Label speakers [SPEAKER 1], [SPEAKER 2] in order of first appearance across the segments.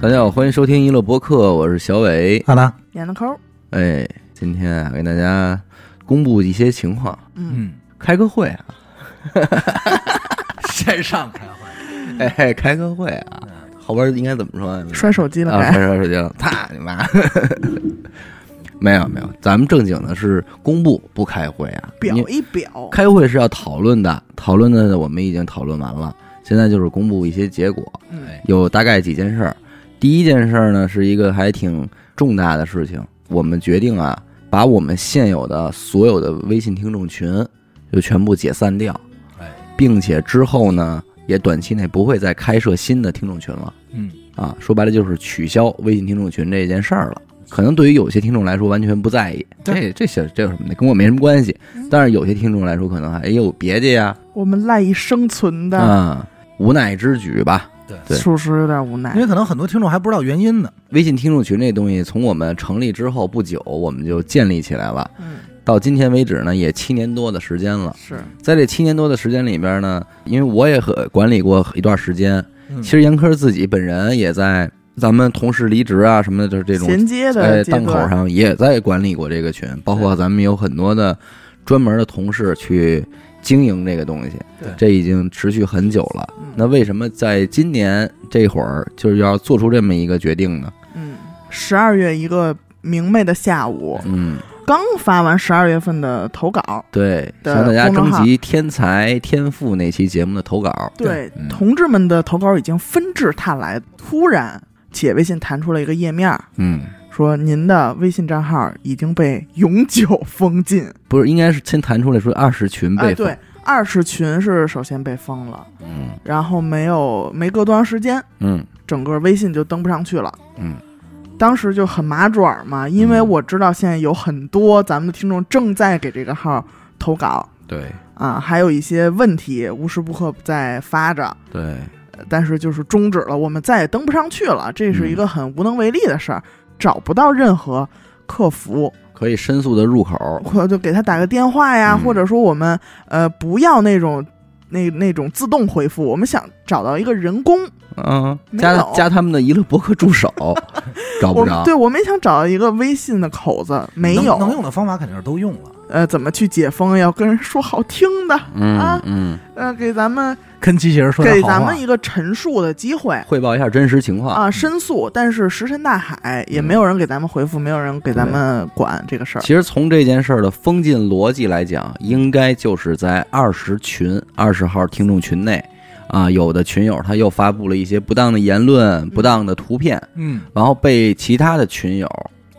[SPEAKER 1] 大家好，欢迎收听娱乐播客，我是小伟。
[SPEAKER 2] 好了，
[SPEAKER 3] 演的抠儿，
[SPEAKER 1] 哎，今天啊，给大家公布一些情况，
[SPEAKER 3] 嗯，
[SPEAKER 2] 嗯，
[SPEAKER 1] 开个会啊，
[SPEAKER 2] 线上开 会，
[SPEAKER 1] 哎，开个会啊，后边应该怎么说啊？
[SPEAKER 3] 摔手机了
[SPEAKER 1] 啊，
[SPEAKER 3] 该，
[SPEAKER 1] 摔手机了，操你妈！没有没有，咱们正经的是公布不开会啊，
[SPEAKER 3] 表
[SPEAKER 1] 你
[SPEAKER 3] 一表，
[SPEAKER 1] 开会是要讨论的，讨论的我们已经讨论完了，现在就是公布一些结果，
[SPEAKER 3] 嗯，
[SPEAKER 2] 哎
[SPEAKER 1] 有大概几件事儿。第一件事儿呢，是一个还挺重大的事情，我们决定啊，把我们现有的所有的微信听众群就全部解散掉，
[SPEAKER 2] 哎，
[SPEAKER 1] 并且之后呢，也短期内不会再开设新的听众群了。
[SPEAKER 2] 嗯，
[SPEAKER 1] 啊，说白了就是取消微信听众群这件事儿了。可能对于有些听众来说完全不在意，这这些这有什么的，跟我没什么关系。但是有些听众来说可能还哎呦别介呀，
[SPEAKER 3] 我们赖以生存的，
[SPEAKER 1] 啊，无奈之举吧。
[SPEAKER 2] 对
[SPEAKER 1] 对
[SPEAKER 3] 属实有点无
[SPEAKER 2] 因
[SPEAKER 3] 奈，
[SPEAKER 2] 为可能很多听众还不知道原因呢，
[SPEAKER 1] 微信听众群这东西，从我们成立之后不久，我们就建立起来了。
[SPEAKER 3] 嗯，
[SPEAKER 1] 到今天为止呢，也七年多的时间了。
[SPEAKER 3] 是，
[SPEAKER 1] 在这七年多的时间里边呢，因为我也和管理过一段时间，
[SPEAKER 2] 嗯
[SPEAKER 1] 其实严科自己本人也在咱们同事离职啊什么的，就是这种
[SPEAKER 3] 衔接
[SPEAKER 1] 在
[SPEAKER 3] 的阶
[SPEAKER 1] 档口
[SPEAKER 3] 段，
[SPEAKER 1] 上也在管理过这个群，包括咱们有很多的专门的同事去经营这个东西
[SPEAKER 2] 对，
[SPEAKER 1] 这已经持续很久了。
[SPEAKER 3] 嗯
[SPEAKER 1] 那为什么在今年这会儿就是要做出这么一个决定呢？
[SPEAKER 3] 嗯，十二月一个明媚的下午，
[SPEAKER 1] 嗯，
[SPEAKER 3] 刚发完十二月份的投稿，
[SPEAKER 1] 对，
[SPEAKER 3] 的
[SPEAKER 1] 向大家
[SPEAKER 3] 公众
[SPEAKER 1] 征
[SPEAKER 3] 号
[SPEAKER 1] 集天才天赋那期节目的投稿。
[SPEAKER 3] 对，
[SPEAKER 1] 嗯
[SPEAKER 3] 同志们的投稿已经纷至沓来，突然，企业微信弹出了一个页面儿，
[SPEAKER 1] 嗯，
[SPEAKER 3] 说您的微信账号已经被永久封禁，
[SPEAKER 1] 不是，应该是先弹出来说二十群
[SPEAKER 3] 啊，
[SPEAKER 1] 备份。
[SPEAKER 3] 对，二十群是首先被封了，
[SPEAKER 1] 嗯
[SPEAKER 3] 然后没有没隔多长时间。
[SPEAKER 1] 嗯
[SPEAKER 3] 整个微信就登不上去了。
[SPEAKER 1] 嗯，
[SPEAKER 3] 当时就很麻爪儿嘛，因为
[SPEAKER 1] 嗯
[SPEAKER 3] 我知道现在有很多咱们的听众正在给这个号投稿
[SPEAKER 1] 对
[SPEAKER 3] 啊，还有一些问题无时不刻在发着，
[SPEAKER 1] 对，
[SPEAKER 3] 呃但是就是终止了，我们再也登不上去了，这是
[SPEAKER 1] 嗯
[SPEAKER 3] 一个很无能为力的事儿，找不到任何客服，
[SPEAKER 1] 可以申诉的入口。
[SPEAKER 3] 或者就给他打个电话呀，
[SPEAKER 1] 嗯
[SPEAKER 3] 或者说我们呃不要那种那那种自动回复，我们想找到一个人工。
[SPEAKER 1] 嗯，
[SPEAKER 3] 没
[SPEAKER 1] 加
[SPEAKER 3] 有
[SPEAKER 1] 加他们的娱乐博客助 手，找
[SPEAKER 3] 我
[SPEAKER 1] 不着。
[SPEAKER 3] 对我们想找一个微信的口子，没有
[SPEAKER 2] 能能用的方法肯定是都用了，
[SPEAKER 3] 呃，怎么去解封？要跟人说好听的，
[SPEAKER 1] 嗯
[SPEAKER 3] 啊
[SPEAKER 1] 嗯。
[SPEAKER 3] 呃，给咱们
[SPEAKER 2] 跟机器人说点
[SPEAKER 3] 给
[SPEAKER 2] 好话
[SPEAKER 3] 咱们一个陈述的机会
[SPEAKER 1] 汇报一下真实情况。
[SPEAKER 3] 啊，申诉，但是石沉大海，也
[SPEAKER 1] 嗯
[SPEAKER 3] 没有人给咱们回复，没有人给咱们管这个事儿。
[SPEAKER 1] 其实从这件事儿的封禁逻辑来讲，应该就是在二十群、二十号听众群内，啊，有的群友他又发布了一些不当的言论、不当的图片，
[SPEAKER 2] 嗯，
[SPEAKER 1] 然后被其他的群友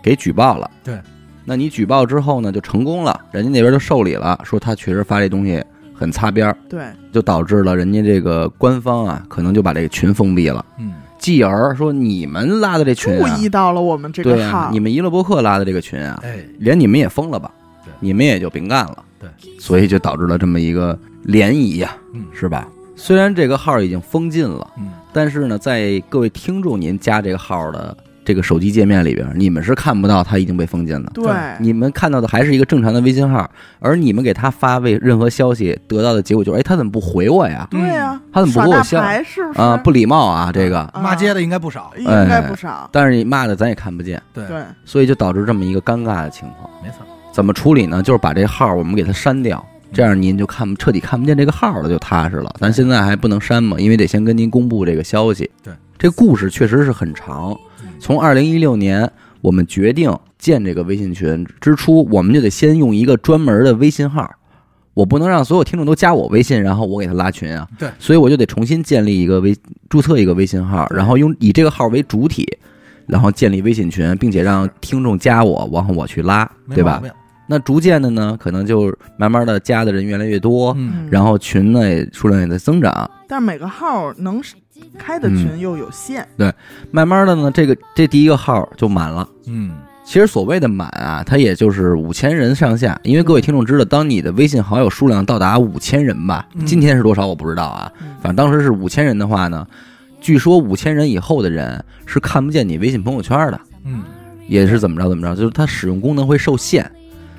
[SPEAKER 1] 给举报了。
[SPEAKER 2] 对，
[SPEAKER 1] 那你举报之后呢，就成功了，人家那边就受理了，说他确实发这东西很擦边儿，
[SPEAKER 3] 对，
[SPEAKER 1] 就导致了人家这个官方啊，可能就把这个群封闭了，
[SPEAKER 2] 嗯，
[SPEAKER 1] 继而说你们拉的这群
[SPEAKER 3] 注
[SPEAKER 1] 啊，
[SPEAKER 3] 意到了我们这
[SPEAKER 1] 对
[SPEAKER 3] 个
[SPEAKER 1] 啊
[SPEAKER 3] 号，，
[SPEAKER 1] 你们娱乐播客拉的这个群啊，
[SPEAKER 2] 哎，
[SPEAKER 1] 连你们也封了吧
[SPEAKER 2] 对，
[SPEAKER 1] 你们也就甭干了，
[SPEAKER 2] 对，
[SPEAKER 1] 所以就导致了这么一个涟漪呀、
[SPEAKER 2] 嗯
[SPEAKER 1] 是吧？虽然这个号已经封禁了，
[SPEAKER 2] 嗯，
[SPEAKER 1] 但是呢，在各位听众您加这个号的这个手机界面里边，你们是看不到它已经被封禁的，
[SPEAKER 3] 对
[SPEAKER 2] 对
[SPEAKER 1] 你们看到的还是一个正常的微信号，而你们给他发为任何消息得到的结果就是，哎，他怎么不回我呀？
[SPEAKER 3] 对呀，
[SPEAKER 2] 嗯
[SPEAKER 1] 嗯他怎么不
[SPEAKER 3] 耍
[SPEAKER 1] 给我
[SPEAKER 3] 大
[SPEAKER 1] 笑
[SPEAKER 3] 牌是不是
[SPEAKER 1] 啊，不哎礼貌啊，这个。
[SPEAKER 3] 啊
[SPEAKER 2] 骂街的应该不少，
[SPEAKER 3] 应该不少。
[SPEAKER 1] 但是你骂的咱也看不见，
[SPEAKER 2] 对
[SPEAKER 3] 对，
[SPEAKER 1] 所以就导致这么一个尴尬的情况。
[SPEAKER 2] 没错，
[SPEAKER 1] 怎么处理呢？就是把这号我们给它删掉，这样您就看不彻底看不见这个号了，就踏实了。咱现在还不能删嘛，因为得先跟您公布这个消息。
[SPEAKER 2] 对，
[SPEAKER 1] 这故事确实是很长。
[SPEAKER 2] 嗯
[SPEAKER 1] 从二零一六年我们决定建这个微信群之初，我们就得先用一个专门的微信号。我不能让所有听众都加我微信，然后我给他拉群啊。
[SPEAKER 2] 对
[SPEAKER 1] 所以我就得重新建立一个微注册一个微信号，然后用以这个号为主体，然后建立微信群，并且让听众加我，然后我去拉，
[SPEAKER 2] 没
[SPEAKER 1] 对
[SPEAKER 2] 毛
[SPEAKER 1] 吧？
[SPEAKER 2] 病，
[SPEAKER 1] 那逐渐的呢，可能就慢慢的加的人越来越多，
[SPEAKER 2] 嗯，
[SPEAKER 3] 嗯
[SPEAKER 1] 然后群呢也数量也在增长。
[SPEAKER 3] 但是每个号能开
[SPEAKER 1] 嗯
[SPEAKER 3] 的群又有限，
[SPEAKER 1] 慢慢的呢，这个这第一个号就满了。
[SPEAKER 2] 嗯，
[SPEAKER 1] 其实所谓的满啊，它也就是五千人上下，因为各位听众知道，当你的微信好友数量到达五千人吧，
[SPEAKER 2] 嗯
[SPEAKER 1] 今天是多少我不知道啊，
[SPEAKER 3] 嗯
[SPEAKER 1] 反正当时是五千人的话呢，据说五千人以后的人是看不见你微信朋友圈的，
[SPEAKER 2] 嗯，
[SPEAKER 1] 也是怎么着怎么着，就是它使用功能会受限。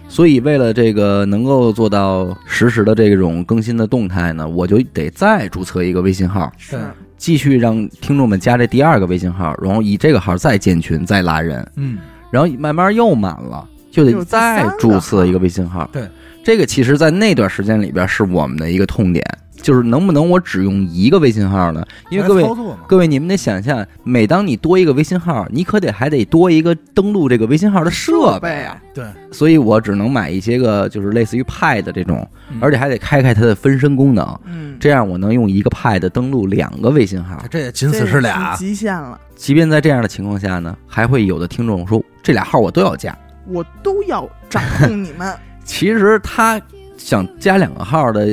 [SPEAKER 1] 所以为了这个能够做到实时的这种更新的动态呢，我就得再注册一个微信号，
[SPEAKER 3] 嗯
[SPEAKER 2] 是，
[SPEAKER 1] 继续让听众们加这第二个微信号，然后以这个号再建群，再拉人，
[SPEAKER 2] 嗯，
[SPEAKER 1] 然后慢慢又满了，就
[SPEAKER 3] 有
[SPEAKER 1] 得
[SPEAKER 3] 第三
[SPEAKER 1] 再
[SPEAKER 3] 个
[SPEAKER 1] 注册一个微信号。
[SPEAKER 2] 对，
[SPEAKER 1] 这个其实，在那段时间里边是我们的一个痛点，就是能不能我只用一个微信号呢？因为各位
[SPEAKER 2] 来操作嘛，
[SPEAKER 1] 各位，你们得想象，每当你多一个微信号，你可得还得多一个登录这个微信号的设备
[SPEAKER 3] 备啊，
[SPEAKER 2] 对，
[SPEAKER 1] 所以我只能买一些个就是类似于 Pad 的这种，
[SPEAKER 2] 嗯
[SPEAKER 1] 而且还得开开它的分身功能，
[SPEAKER 3] 嗯，
[SPEAKER 1] 这样我能用一个 Pad 登录两个微信号。
[SPEAKER 2] 这也仅
[SPEAKER 3] 这
[SPEAKER 2] 此
[SPEAKER 3] 也
[SPEAKER 2] 是俩，
[SPEAKER 3] 极限了，
[SPEAKER 1] 即便在这样的情况下呢，还会有的听众说这俩号我都要加。
[SPEAKER 3] 我都要掌控 你们。
[SPEAKER 1] 其实他想加两个号的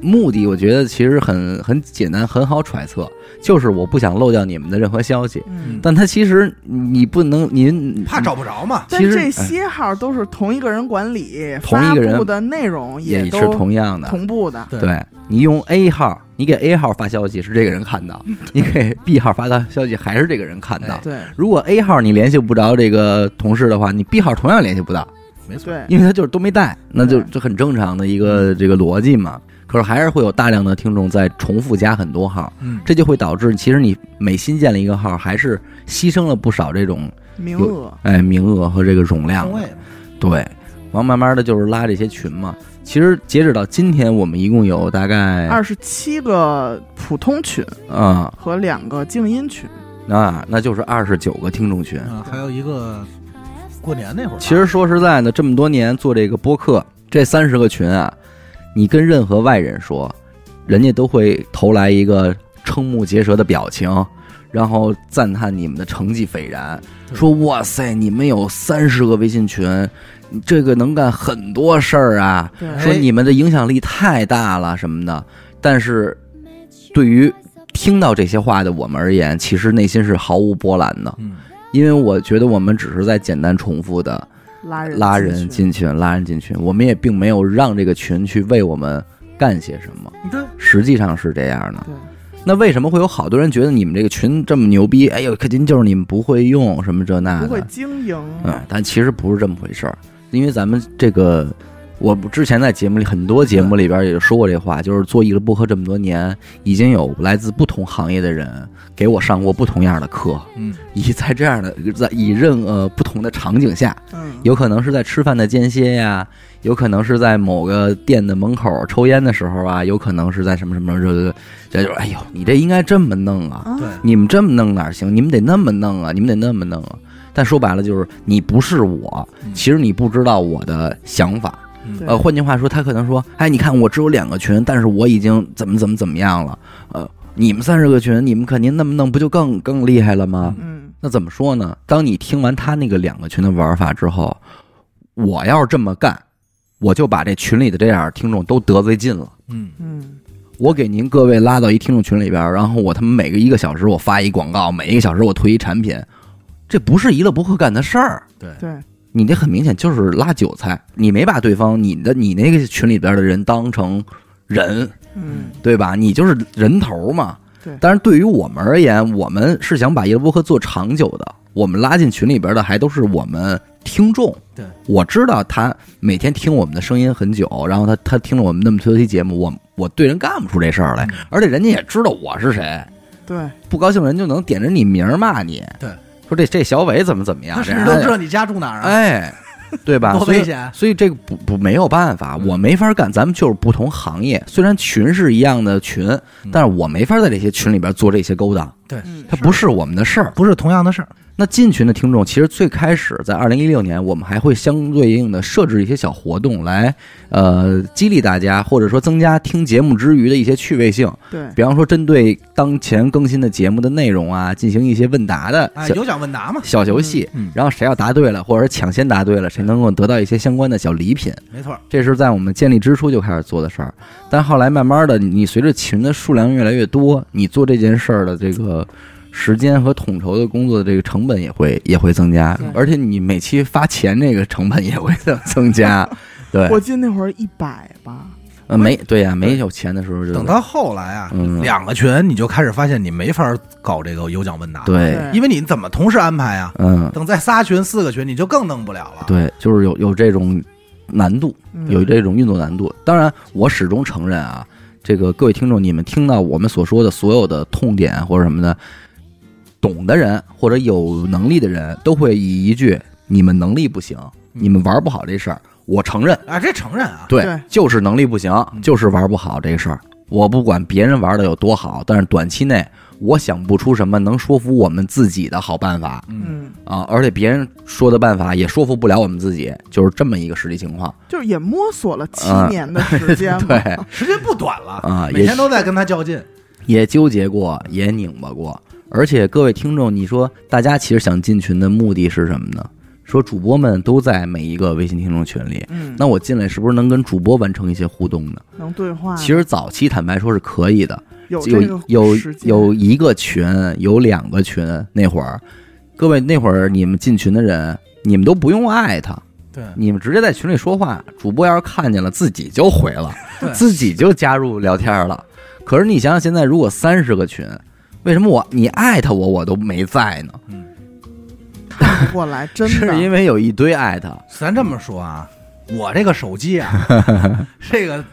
[SPEAKER 1] 目的，我觉得其实很很简单，很好揣测，就是我不想漏掉你们的任何消息。
[SPEAKER 3] 嗯，
[SPEAKER 1] 但他其实你不能，您
[SPEAKER 2] 怕找不着嘛。
[SPEAKER 3] 但
[SPEAKER 1] 其实哎
[SPEAKER 3] 这些号都是同一个人管理，
[SPEAKER 1] 同一个人
[SPEAKER 3] 发布的内容
[SPEAKER 1] 也
[SPEAKER 3] 都
[SPEAKER 1] 是同样的。
[SPEAKER 3] 同嗯步的。
[SPEAKER 2] 对
[SPEAKER 1] 对你用 A 号，你给 A 号发消息是这个人看到，
[SPEAKER 3] 嗯
[SPEAKER 1] 你给 B 号发到消息还是这个人看到
[SPEAKER 2] 哎。
[SPEAKER 3] 对
[SPEAKER 1] 如果 A 号你联系不着这个同事的话，你 B 号同样联系不到，
[SPEAKER 2] 没错，
[SPEAKER 3] 对，
[SPEAKER 1] 因为他就是都没带，那就
[SPEAKER 3] 对
[SPEAKER 1] 这很正常的一
[SPEAKER 3] 嗯
[SPEAKER 1] 个这个逻辑嘛。可是还是会有大量的听众在重复加很多号，
[SPEAKER 2] 嗯，
[SPEAKER 1] 这就会导致其实你每新建了一个号，还是牺牲了不少这种
[SPEAKER 3] 名额
[SPEAKER 1] 哎名额和这个容量
[SPEAKER 2] 定
[SPEAKER 1] 的。
[SPEAKER 2] 位嘛，
[SPEAKER 1] 对，然后慢慢的就是拉这些群嘛。其实截止到今天，我们一共有大概
[SPEAKER 3] 二十七个普通群
[SPEAKER 1] 啊、
[SPEAKER 3] 和两个静音群，
[SPEAKER 1] 啊，那就是二十九个听众群。
[SPEAKER 2] 嗯，还有一个过年那会儿吧，
[SPEAKER 1] 其实说实在的，这么多年做这个播客，这三十个群啊，你跟任何外人说，人家都会投来一个瞠目结舌的表情，然后赞叹你们的成绩斐然，
[SPEAKER 2] 对
[SPEAKER 1] 说哇塞，你们有三十个微信群，这个能干很多事儿啊，
[SPEAKER 3] 对，
[SPEAKER 1] 说
[SPEAKER 2] 哎
[SPEAKER 1] 你们的影响力太大了什么的。但是，对于听到这些话的我们而言，其实内心是毫无波澜的。
[SPEAKER 2] 嗯，
[SPEAKER 1] 因为我觉得我们只是在简单重复的
[SPEAKER 3] 拉人
[SPEAKER 1] 拉人
[SPEAKER 3] 进群，
[SPEAKER 1] 进群，拉人进群，我们也并没有让这个群去为我们干些什么，
[SPEAKER 2] 对，
[SPEAKER 1] 实际上是这样的。
[SPEAKER 3] 对，
[SPEAKER 1] 那为什么会有好多人觉得你们这个群这么牛逼？哎呦，肯定就是你们不会用什么这那
[SPEAKER 3] 不会
[SPEAKER 1] 啊的，
[SPEAKER 3] 经营，
[SPEAKER 1] 嗯，但其实不是这么回事儿，因为咱们这个。我之前在节目里很多节目里边也说过这话，就是做一个播客这么多年，已经有来自不同行业的人给我上过不同样的课，
[SPEAKER 2] 嗯，
[SPEAKER 1] 以在这样的在以任呃不同的场景下，
[SPEAKER 3] 嗯，
[SPEAKER 1] 有可能是在吃饭的间歇呀、有可能是在某个店的门口抽烟的时候啊，有可能是在什么什么这这这就哎呦，你这应该这么弄啊，
[SPEAKER 3] 啊
[SPEAKER 2] 对，
[SPEAKER 1] 你们这么弄哪行？你们得那么弄啊，你们得那么弄啊。但说白了就是你不是我，
[SPEAKER 2] 嗯
[SPEAKER 1] 其实你不知道我的想法。
[SPEAKER 2] 嗯
[SPEAKER 3] 对
[SPEAKER 1] 呃，换句话说，他可能说，哎，你看我只有两个群，但是我已经怎么怎么怎么样了。呃，你们三十个群，你们肯定那么弄，不就更更厉害了吗？
[SPEAKER 3] 嗯，
[SPEAKER 1] 那怎么说呢？当你听完他那个两个群的玩法之后，我要是这么干，我就把这群里的这样听众都得罪尽了。
[SPEAKER 2] 嗯，
[SPEAKER 3] 嗯，
[SPEAKER 1] 我给您各位拉到一听众群里边，然后我他妈每个一个小时我发一广告，每一个小时我推一产品，这不是娱乐博客干的事儿。
[SPEAKER 2] 对，
[SPEAKER 3] 对，
[SPEAKER 1] 你这很明显就是拉韭菜，你没把对方你的你那个群里边的人当成人，
[SPEAKER 3] 嗯，
[SPEAKER 1] 对吧？你就是人头嘛。
[SPEAKER 3] 对
[SPEAKER 1] 但是对于我们而言，我们是想把耶罗播客做长久的。我们拉进群里边的还都是我们听众。
[SPEAKER 2] 对，
[SPEAKER 1] 我知道他每天听我们的声音很久，然后他他听了我们那么多期节目，我我对人干不出这事儿来，
[SPEAKER 2] 嗯
[SPEAKER 1] 而且人家也知道我是谁，
[SPEAKER 3] 对，
[SPEAKER 1] 不高兴人就能点着你名儿骂你。
[SPEAKER 2] 对，
[SPEAKER 1] 说这这小伟怎么怎么样
[SPEAKER 2] 他，
[SPEAKER 1] 这
[SPEAKER 2] 甚
[SPEAKER 1] 样
[SPEAKER 2] 至都知道你家住哪儿啊，
[SPEAKER 1] 哎，对吧？
[SPEAKER 2] 多
[SPEAKER 1] 所以
[SPEAKER 2] 危险啊
[SPEAKER 1] 所以这个不不没有办法，
[SPEAKER 2] 嗯
[SPEAKER 1] 我没法干。咱们就是不同行业，虽然群是一样的群，
[SPEAKER 2] 嗯
[SPEAKER 1] 但是我没法在这些群里边做这些勾当，
[SPEAKER 3] 嗯，
[SPEAKER 1] 它不是我们的事儿。
[SPEAKER 2] 不是同样的事儿，
[SPEAKER 1] 那进群的听众，其实最开始在二零一六年，我们还会相对应的设置一些小活动来，呃，激励大家，或者说增加听节目之余的一些趣味性。
[SPEAKER 3] 对，
[SPEAKER 1] 比方说，针对当前更新的节目的内容啊，进行一些问答的
[SPEAKER 2] 哎，
[SPEAKER 1] 小
[SPEAKER 2] 有奖问答嘛，
[SPEAKER 1] 小游戏。
[SPEAKER 2] 嗯，
[SPEAKER 1] 然后谁要答对了，或者抢先答对了，谁能够得到一些相关的小礼品。
[SPEAKER 2] 嗯没错儿，
[SPEAKER 1] 这是在我们建立之初就开始做的事儿，但后来慢慢的，你随着群的数量越来越多，你做这件事儿的这个时间和统筹的工作的这个成本也会也会增加
[SPEAKER 3] 对，
[SPEAKER 1] 而且你每期发钱这个成本也会增增加。对，
[SPEAKER 3] 我记得那会儿一百吧，
[SPEAKER 1] 呃没对呀、没有钱的时候就
[SPEAKER 2] 等到后来啊，
[SPEAKER 1] 嗯
[SPEAKER 2] 两个群你就开始发现你没法搞这个有奖问答，，
[SPEAKER 1] 对，
[SPEAKER 2] 因为你怎么同时安排啊？
[SPEAKER 1] 嗯，
[SPEAKER 2] 等再仨群、四个群，你就更弄不了了。，
[SPEAKER 1] 对，就是有有这种难度，
[SPEAKER 3] 嗯
[SPEAKER 1] 有这种运作难度。当然，我始终承认啊，这个各位听众，你们听到我们所说的所有的痛点或者什么的，懂的人或者有能力的人都会以一句“你们能力不行，
[SPEAKER 3] 嗯
[SPEAKER 1] 你们玩不好这事儿”，我承认，
[SPEAKER 2] 啊，这承认啊，
[SPEAKER 1] 对，
[SPEAKER 3] 对嗯
[SPEAKER 1] 就是能力不行，就是玩不好这事儿。我不管别人玩的有多好，但是短期内我想不出什么能说服我们自己的好办法
[SPEAKER 3] 嗯，
[SPEAKER 1] 啊，而且别人说的办法也说服不了我们自己，就是这么一个实际情况。
[SPEAKER 3] 就是也摸索了七年的时间嘛，
[SPEAKER 1] 嗯对，
[SPEAKER 2] 时间不短了
[SPEAKER 1] 啊
[SPEAKER 2] 每
[SPEAKER 1] 也
[SPEAKER 2] 天都在跟他较劲。
[SPEAKER 1] 也纠结过，也拧巴过。而且各位听众，你说大家其实想进群的目的是什么呢？说主播们都在每一个微信听众群里，
[SPEAKER 3] 嗯，
[SPEAKER 1] 那我进来是不是能跟主播完成一些互动呢？
[SPEAKER 3] 能对话，
[SPEAKER 1] 其实早期坦白说是可以的，
[SPEAKER 3] 啊有这
[SPEAKER 1] 有
[SPEAKER 3] 个
[SPEAKER 1] 有
[SPEAKER 3] 时间
[SPEAKER 1] 有一个群，有两个群，那会儿，各位那会儿你们进群的人，你们都不用艾特，
[SPEAKER 2] 对，
[SPEAKER 1] 你们直接在群里说话，主播要是看见了，自己就回了
[SPEAKER 2] 对，
[SPEAKER 1] 自己就加入聊天了。可是你想想，现在如果三十个群，为什么我你艾特我我都没在呢？
[SPEAKER 3] 看不过来，真
[SPEAKER 1] 是
[SPEAKER 3] 的
[SPEAKER 1] 因为有一堆艾特，
[SPEAKER 2] 咱这么说啊，我这个手机啊，这个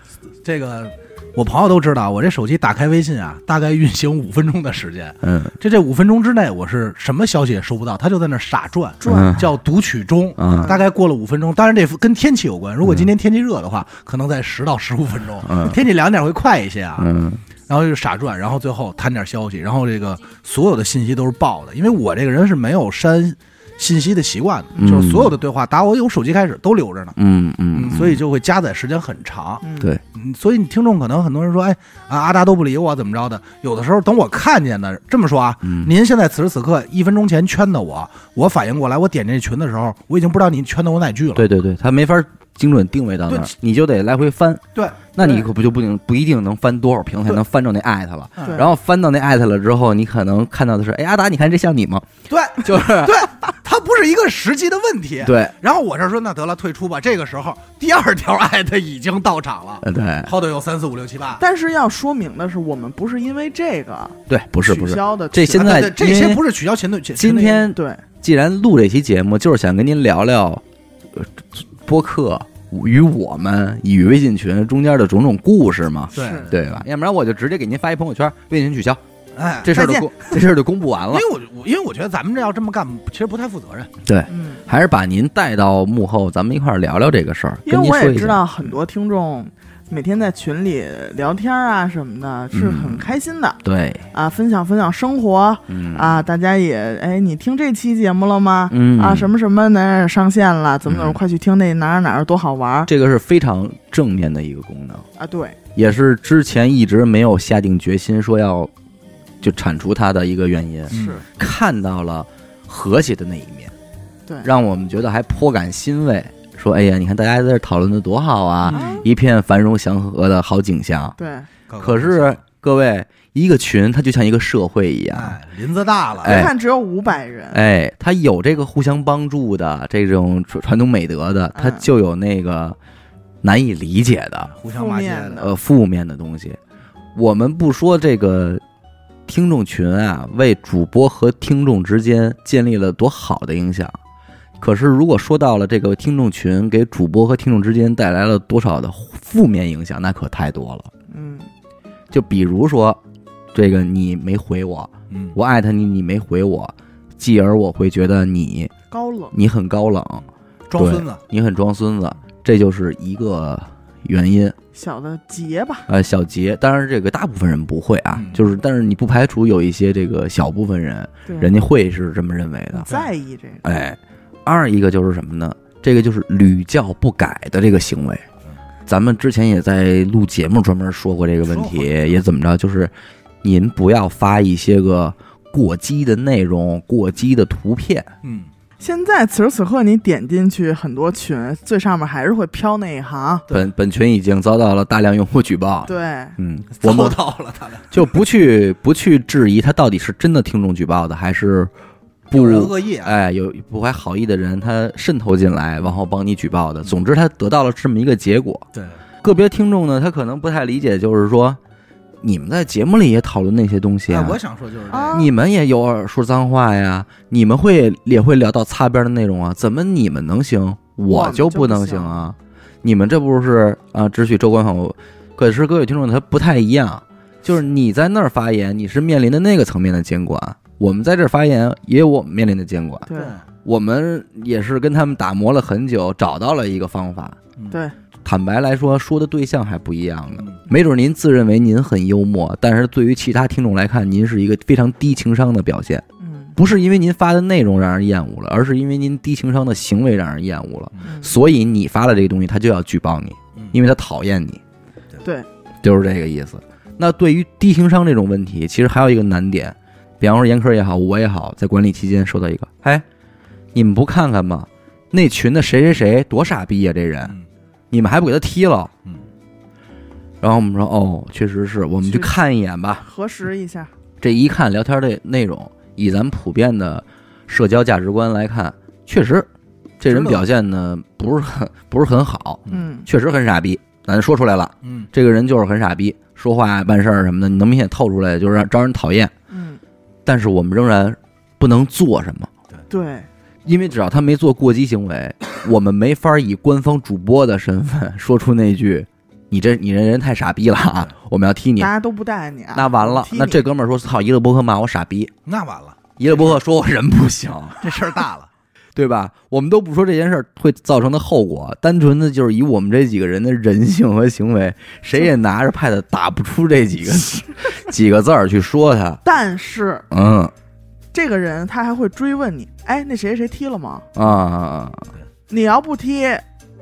[SPEAKER 2] 这个，我朋友都知道，我这手机打开微信啊，大概运行五分钟的时间。
[SPEAKER 1] 嗯
[SPEAKER 2] 这这五分钟之内，我是什么消息也收不到，它就在那儿傻转，
[SPEAKER 1] 嗯
[SPEAKER 2] 叫读取中。
[SPEAKER 1] 嗯
[SPEAKER 2] 大概过了五分钟，当然这跟天气有关。如果今天天气热的话，可能在十到十五分钟。
[SPEAKER 1] 嗯
[SPEAKER 2] 天气凉点会快一些啊。
[SPEAKER 1] 嗯
[SPEAKER 2] 然后就傻转，然后最后摊点消息，然后这个所有的信息都是爆的，因为我这个人是没有删信息的习惯
[SPEAKER 1] 嗯
[SPEAKER 2] 的，就是所有的对话打我有手机开始都留着呢，
[SPEAKER 1] 嗯嗯，
[SPEAKER 2] 所以就会加载时间很长。
[SPEAKER 3] 嗯
[SPEAKER 1] 对
[SPEAKER 2] 嗯所以你听众可能很多人说，哎啊阿达都不理我怎么着的，有的时候等我看见的，这么说啊，
[SPEAKER 1] 嗯
[SPEAKER 2] 您现在此时此刻一分钟前圈的我，我反应过来，我点进群的时候，我已经不知道你圈的我哪句了。
[SPEAKER 1] 对对对，他没法精准定位到那儿
[SPEAKER 2] 对，
[SPEAKER 1] 你就得来回翻。
[SPEAKER 2] 对，嗯
[SPEAKER 1] 那你可不就不定不一定能翻多少屏才能翻着那艾特了。
[SPEAKER 3] 对
[SPEAKER 1] 嗯然后翻到那艾特了之后，你可能看到的是，哎，阿达，你看这像你吗？
[SPEAKER 2] 对，
[SPEAKER 1] 就是
[SPEAKER 2] 对，它不是一个实际的问题。
[SPEAKER 1] 对，
[SPEAKER 2] 然后我这说那得了，退出吧。这个时候，第二条艾特已经到场了，
[SPEAKER 1] 呃对
[SPEAKER 2] 后头有三四五六七八，
[SPEAKER 3] 但是要说明的是，我们不是因为这个
[SPEAKER 1] 对，不是不
[SPEAKER 3] 取
[SPEAKER 1] 是，
[SPEAKER 3] 消的
[SPEAKER 1] 这
[SPEAKER 3] 群
[SPEAKER 1] 现在
[SPEAKER 2] 啊对对
[SPEAKER 1] 因
[SPEAKER 2] 这
[SPEAKER 1] 为
[SPEAKER 2] 些不是取消前队。前
[SPEAKER 1] 今天
[SPEAKER 3] 对
[SPEAKER 1] 既然录这期节目，就是想跟您聊聊，呃，播客与我们与微信群中间的种种故事嘛，
[SPEAKER 2] 对
[SPEAKER 3] 是
[SPEAKER 1] 对吧？要不然我就直接给您发一朋友圈，微信群取消，
[SPEAKER 2] 哎，
[SPEAKER 1] 这事儿就
[SPEAKER 2] 再见
[SPEAKER 1] 公 这事儿就公布完
[SPEAKER 2] 因
[SPEAKER 1] 了。
[SPEAKER 2] 为我我因为我觉得咱们这要这么干，其实不太负责任。
[SPEAKER 1] 对，
[SPEAKER 3] 嗯，
[SPEAKER 1] 还是把您带到幕后，咱们一块儿聊聊这个事儿，
[SPEAKER 3] 因
[SPEAKER 1] 跟
[SPEAKER 3] 为
[SPEAKER 1] 您
[SPEAKER 3] 我
[SPEAKER 1] 说
[SPEAKER 3] 也
[SPEAKER 1] 一
[SPEAKER 3] 知
[SPEAKER 1] 下。
[SPEAKER 3] 道很多听众每天在群里聊天啊什么的，是
[SPEAKER 1] 嗯
[SPEAKER 3] 很开心的
[SPEAKER 1] 对，
[SPEAKER 3] 啊，分享分享生活
[SPEAKER 1] 嗯
[SPEAKER 3] 啊，大家也哎，你听这期节目了吗？
[SPEAKER 1] 嗯
[SPEAKER 3] 啊，什么什么哪儿哪儿上线了，怎么怎么，
[SPEAKER 1] 嗯
[SPEAKER 3] 快去听那哪儿哪儿多好玩儿
[SPEAKER 1] 这个是非常正面的一个功能，
[SPEAKER 3] 啊！对，
[SPEAKER 1] 也是之前一直没有下定决心说要就铲除它的一个原因。
[SPEAKER 3] 嗯
[SPEAKER 2] 是
[SPEAKER 1] 看到了和谐的那一面，
[SPEAKER 3] 对
[SPEAKER 1] 让我们觉得还颇感欣慰。说，哎呀，你看大家在这讨论的多好啊，
[SPEAKER 3] 嗯
[SPEAKER 1] 一片繁荣祥和的好景象。
[SPEAKER 3] 对，
[SPEAKER 1] 可是各位，一个群它就像一个社会一样，
[SPEAKER 3] 嗯
[SPEAKER 2] 哎，林子大了，
[SPEAKER 1] 哎
[SPEAKER 3] 别看只有五百人，
[SPEAKER 1] 哎，它有这个互相帮助的这种传传统美德的，它
[SPEAKER 3] 嗯
[SPEAKER 1] 就有那个难以理解的
[SPEAKER 2] 互相骂街
[SPEAKER 3] 负面
[SPEAKER 2] 的
[SPEAKER 3] 的，
[SPEAKER 1] 呃负面的东西。我们不说这个听众群啊，为主播和听众之间建立了多好的影响。可是，如果说到了这个听众群给主播和听众之间带来了多少的负面影响，那可太多了。
[SPEAKER 3] 嗯，
[SPEAKER 1] 就比如说，这个你没回我，
[SPEAKER 2] 嗯，
[SPEAKER 1] 我艾特你，你没回我，继而我会觉得你
[SPEAKER 3] 高冷，
[SPEAKER 1] 你很高冷，
[SPEAKER 2] 装孙子，
[SPEAKER 1] 你很装孙子，这就是一个原因。
[SPEAKER 3] 小的结吧，
[SPEAKER 1] 呃，小结，当然这个大部分人不会啊，
[SPEAKER 2] 嗯
[SPEAKER 1] 就是但是你不排除有一些这个小部分人，
[SPEAKER 3] 对，
[SPEAKER 1] 人家会是这么认为的。
[SPEAKER 3] 在意这
[SPEAKER 2] 嗯
[SPEAKER 3] 个，
[SPEAKER 1] 哎，二一个就是什么呢？这个就是屡教不改的这个行为。
[SPEAKER 2] 嗯
[SPEAKER 1] 咱们之前也在录节目专门说过这个问题，
[SPEAKER 2] 说
[SPEAKER 1] 也怎么着，就是您不要发一些个过激的内容、过激的图片，
[SPEAKER 2] 嗯，
[SPEAKER 3] 现在此时此刻你点进去很多群，最上面还是会飘那一行，
[SPEAKER 2] 对
[SPEAKER 1] 本本群已经遭到了大量用户举报。
[SPEAKER 3] 对，
[SPEAKER 1] 嗯，我
[SPEAKER 2] 我
[SPEAKER 1] 们
[SPEAKER 2] 们到了他 俩，
[SPEAKER 1] 就不去不去质疑他到底是真的听众举报的，还是不
[SPEAKER 2] 有人恶意啊，
[SPEAKER 1] 哎有不怀好意的人他渗透进来，然后帮你举报的。总之，他得到了这么一个结果。
[SPEAKER 2] 对，
[SPEAKER 1] 个别听众呢，他可能不太理解，就是说你们在节目里也讨论那些东西
[SPEAKER 2] 哎
[SPEAKER 1] 啊，
[SPEAKER 2] 我想说就是这
[SPEAKER 3] 啊
[SPEAKER 2] 个，
[SPEAKER 1] 你们也有偶尔说脏话呀，你们会也会聊到擦边的内容啊，怎么你们能行，
[SPEAKER 3] 我
[SPEAKER 1] 我
[SPEAKER 3] 们
[SPEAKER 1] 就
[SPEAKER 3] 就不
[SPEAKER 1] 不能行啊？你们这不是啊，只许州官放火，可是各位听众他不太一样，就是你在那儿发言，你是面临的那个层面的监管；我们在这儿发言，也有我们面临的监管。
[SPEAKER 3] 对
[SPEAKER 1] 我们也是跟他们打磨了很久，找到了一个方法。
[SPEAKER 2] 嗯
[SPEAKER 3] 对
[SPEAKER 1] 坦白来说，说的对象还不一样呢。
[SPEAKER 2] 嗯
[SPEAKER 1] 没准您自认为您很幽默，但是对于其他听众来看，您是一个非常低情商的表现。
[SPEAKER 3] 嗯
[SPEAKER 1] 不是因为您发的内容让人厌恶了，而是因为您低情商的行为让人厌恶了。
[SPEAKER 3] 嗯，
[SPEAKER 1] 所以你发了这个东西，他就要举报你，
[SPEAKER 2] 嗯
[SPEAKER 1] 因为他讨厌你。
[SPEAKER 3] 对，
[SPEAKER 1] 就是这个意思。那对于低情商这种问题，其实还有一个难点，比方说严科也好，我也好，在管理期间收到一个，哎，你们不看看吗？那群的谁谁谁多傻逼呀、这人
[SPEAKER 2] 嗯
[SPEAKER 1] 你们还不给他踢了？
[SPEAKER 2] 嗯，
[SPEAKER 1] 然后我们说，哦，确实是我们去
[SPEAKER 3] 去
[SPEAKER 1] 看一眼吧。
[SPEAKER 3] 核实一下，
[SPEAKER 1] 这一看聊天的内容，以咱们普遍的社交价值观来看，确实这人
[SPEAKER 2] 知道
[SPEAKER 1] 表现呢不是很 不是很好，
[SPEAKER 3] 嗯
[SPEAKER 1] 确实很傻逼，咱说出来了。
[SPEAKER 2] 嗯
[SPEAKER 1] 这个人就是很傻逼，说话办事儿什么的，你能明显透出来，就是让招人讨厌。
[SPEAKER 3] 嗯，
[SPEAKER 1] 但是我们仍然不能做什么，
[SPEAKER 3] 对，
[SPEAKER 1] 因为只要他没做过激行为，我们没法以官方主播的身份说出那句“你这你这人太傻逼了啊，我们要踢你
[SPEAKER 3] 大”，家都不待你啊，
[SPEAKER 1] 那完了，
[SPEAKER 3] 踢你
[SPEAKER 1] 那这哥们儿说：“操，一乐伯克骂我傻逼，
[SPEAKER 2] 那完了，
[SPEAKER 1] 一乐伯克说我人不行。”
[SPEAKER 2] 这事儿大了。
[SPEAKER 1] 对吧？我们都不说这件事儿会造成的后果，单纯的就是以我们这几个人的人性和行为，谁也拿着 pad 打不出这几个几个字儿 去说他。
[SPEAKER 3] 但是
[SPEAKER 1] 嗯
[SPEAKER 3] 这个人他还会追问你，哎，那谁谁踢了吗？
[SPEAKER 1] 啊，
[SPEAKER 3] 你要不踢，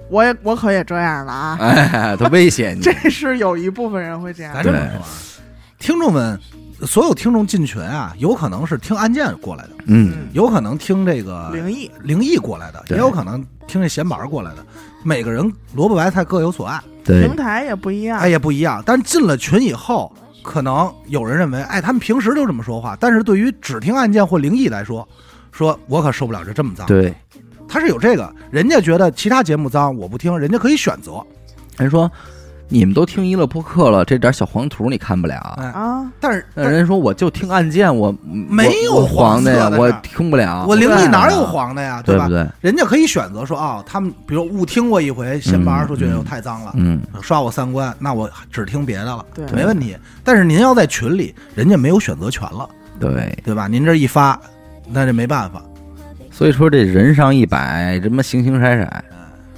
[SPEAKER 3] 我也我可也这样了啊。
[SPEAKER 1] 哎，他威胁你
[SPEAKER 3] 这，是有一部分人会这样
[SPEAKER 2] 咱，这么说啊，听众们，所有听众进群啊，有可能是听案件过来的，
[SPEAKER 1] 嗯，
[SPEAKER 2] 有可能听这个
[SPEAKER 3] 灵异，
[SPEAKER 2] 灵异过来的，
[SPEAKER 1] 对
[SPEAKER 2] 也有可能听这闲板儿过来的。每个人萝卜白菜各有所爱，
[SPEAKER 1] 对
[SPEAKER 3] 平，台也不一样
[SPEAKER 2] 哎，也不一样。但进了群以后，可能有人认为，哎，他们平时就这么说话，但是对于只听案件或灵异来说，说我可受不了这这么脏。
[SPEAKER 1] 对。
[SPEAKER 2] 他是有这个，人家觉得其他节目脏，我不听，人家可以选择。
[SPEAKER 1] 人说你们都听娱乐播客了，这点小黄图你看不了。
[SPEAKER 2] 哎，
[SPEAKER 3] 啊，
[SPEAKER 2] 但是
[SPEAKER 1] 那人说我就听案件，我
[SPEAKER 2] 没有
[SPEAKER 1] 我我黄的呀
[SPEAKER 2] 黄，色的
[SPEAKER 1] 我
[SPEAKER 2] 这儿
[SPEAKER 1] 听不了。
[SPEAKER 2] 我灵异
[SPEAKER 1] 对啊
[SPEAKER 2] 哪有黄的呀，
[SPEAKER 1] 对
[SPEAKER 2] 吧
[SPEAKER 1] 不？对？
[SPEAKER 2] 人家可以选择说啊、他们比如误听过一回，先玩儿
[SPEAKER 1] 嗯
[SPEAKER 2] 说觉得
[SPEAKER 1] 嗯
[SPEAKER 2] 我太脏了，
[SPEAKER 1] 嗯，
[SPEAKER 2] 刷我三观，那我只听别的了，
[SPEAKER 3] 对
[SPEAKER 2] 没问题。但是您要在群里，人家没有选择权了，
[SPEAKER 1] 对。
[SPEAKER 2] 对吧？您这一发，那这没办法。
[SPEAKER 1] 所以说这人上一百，这么形形色色，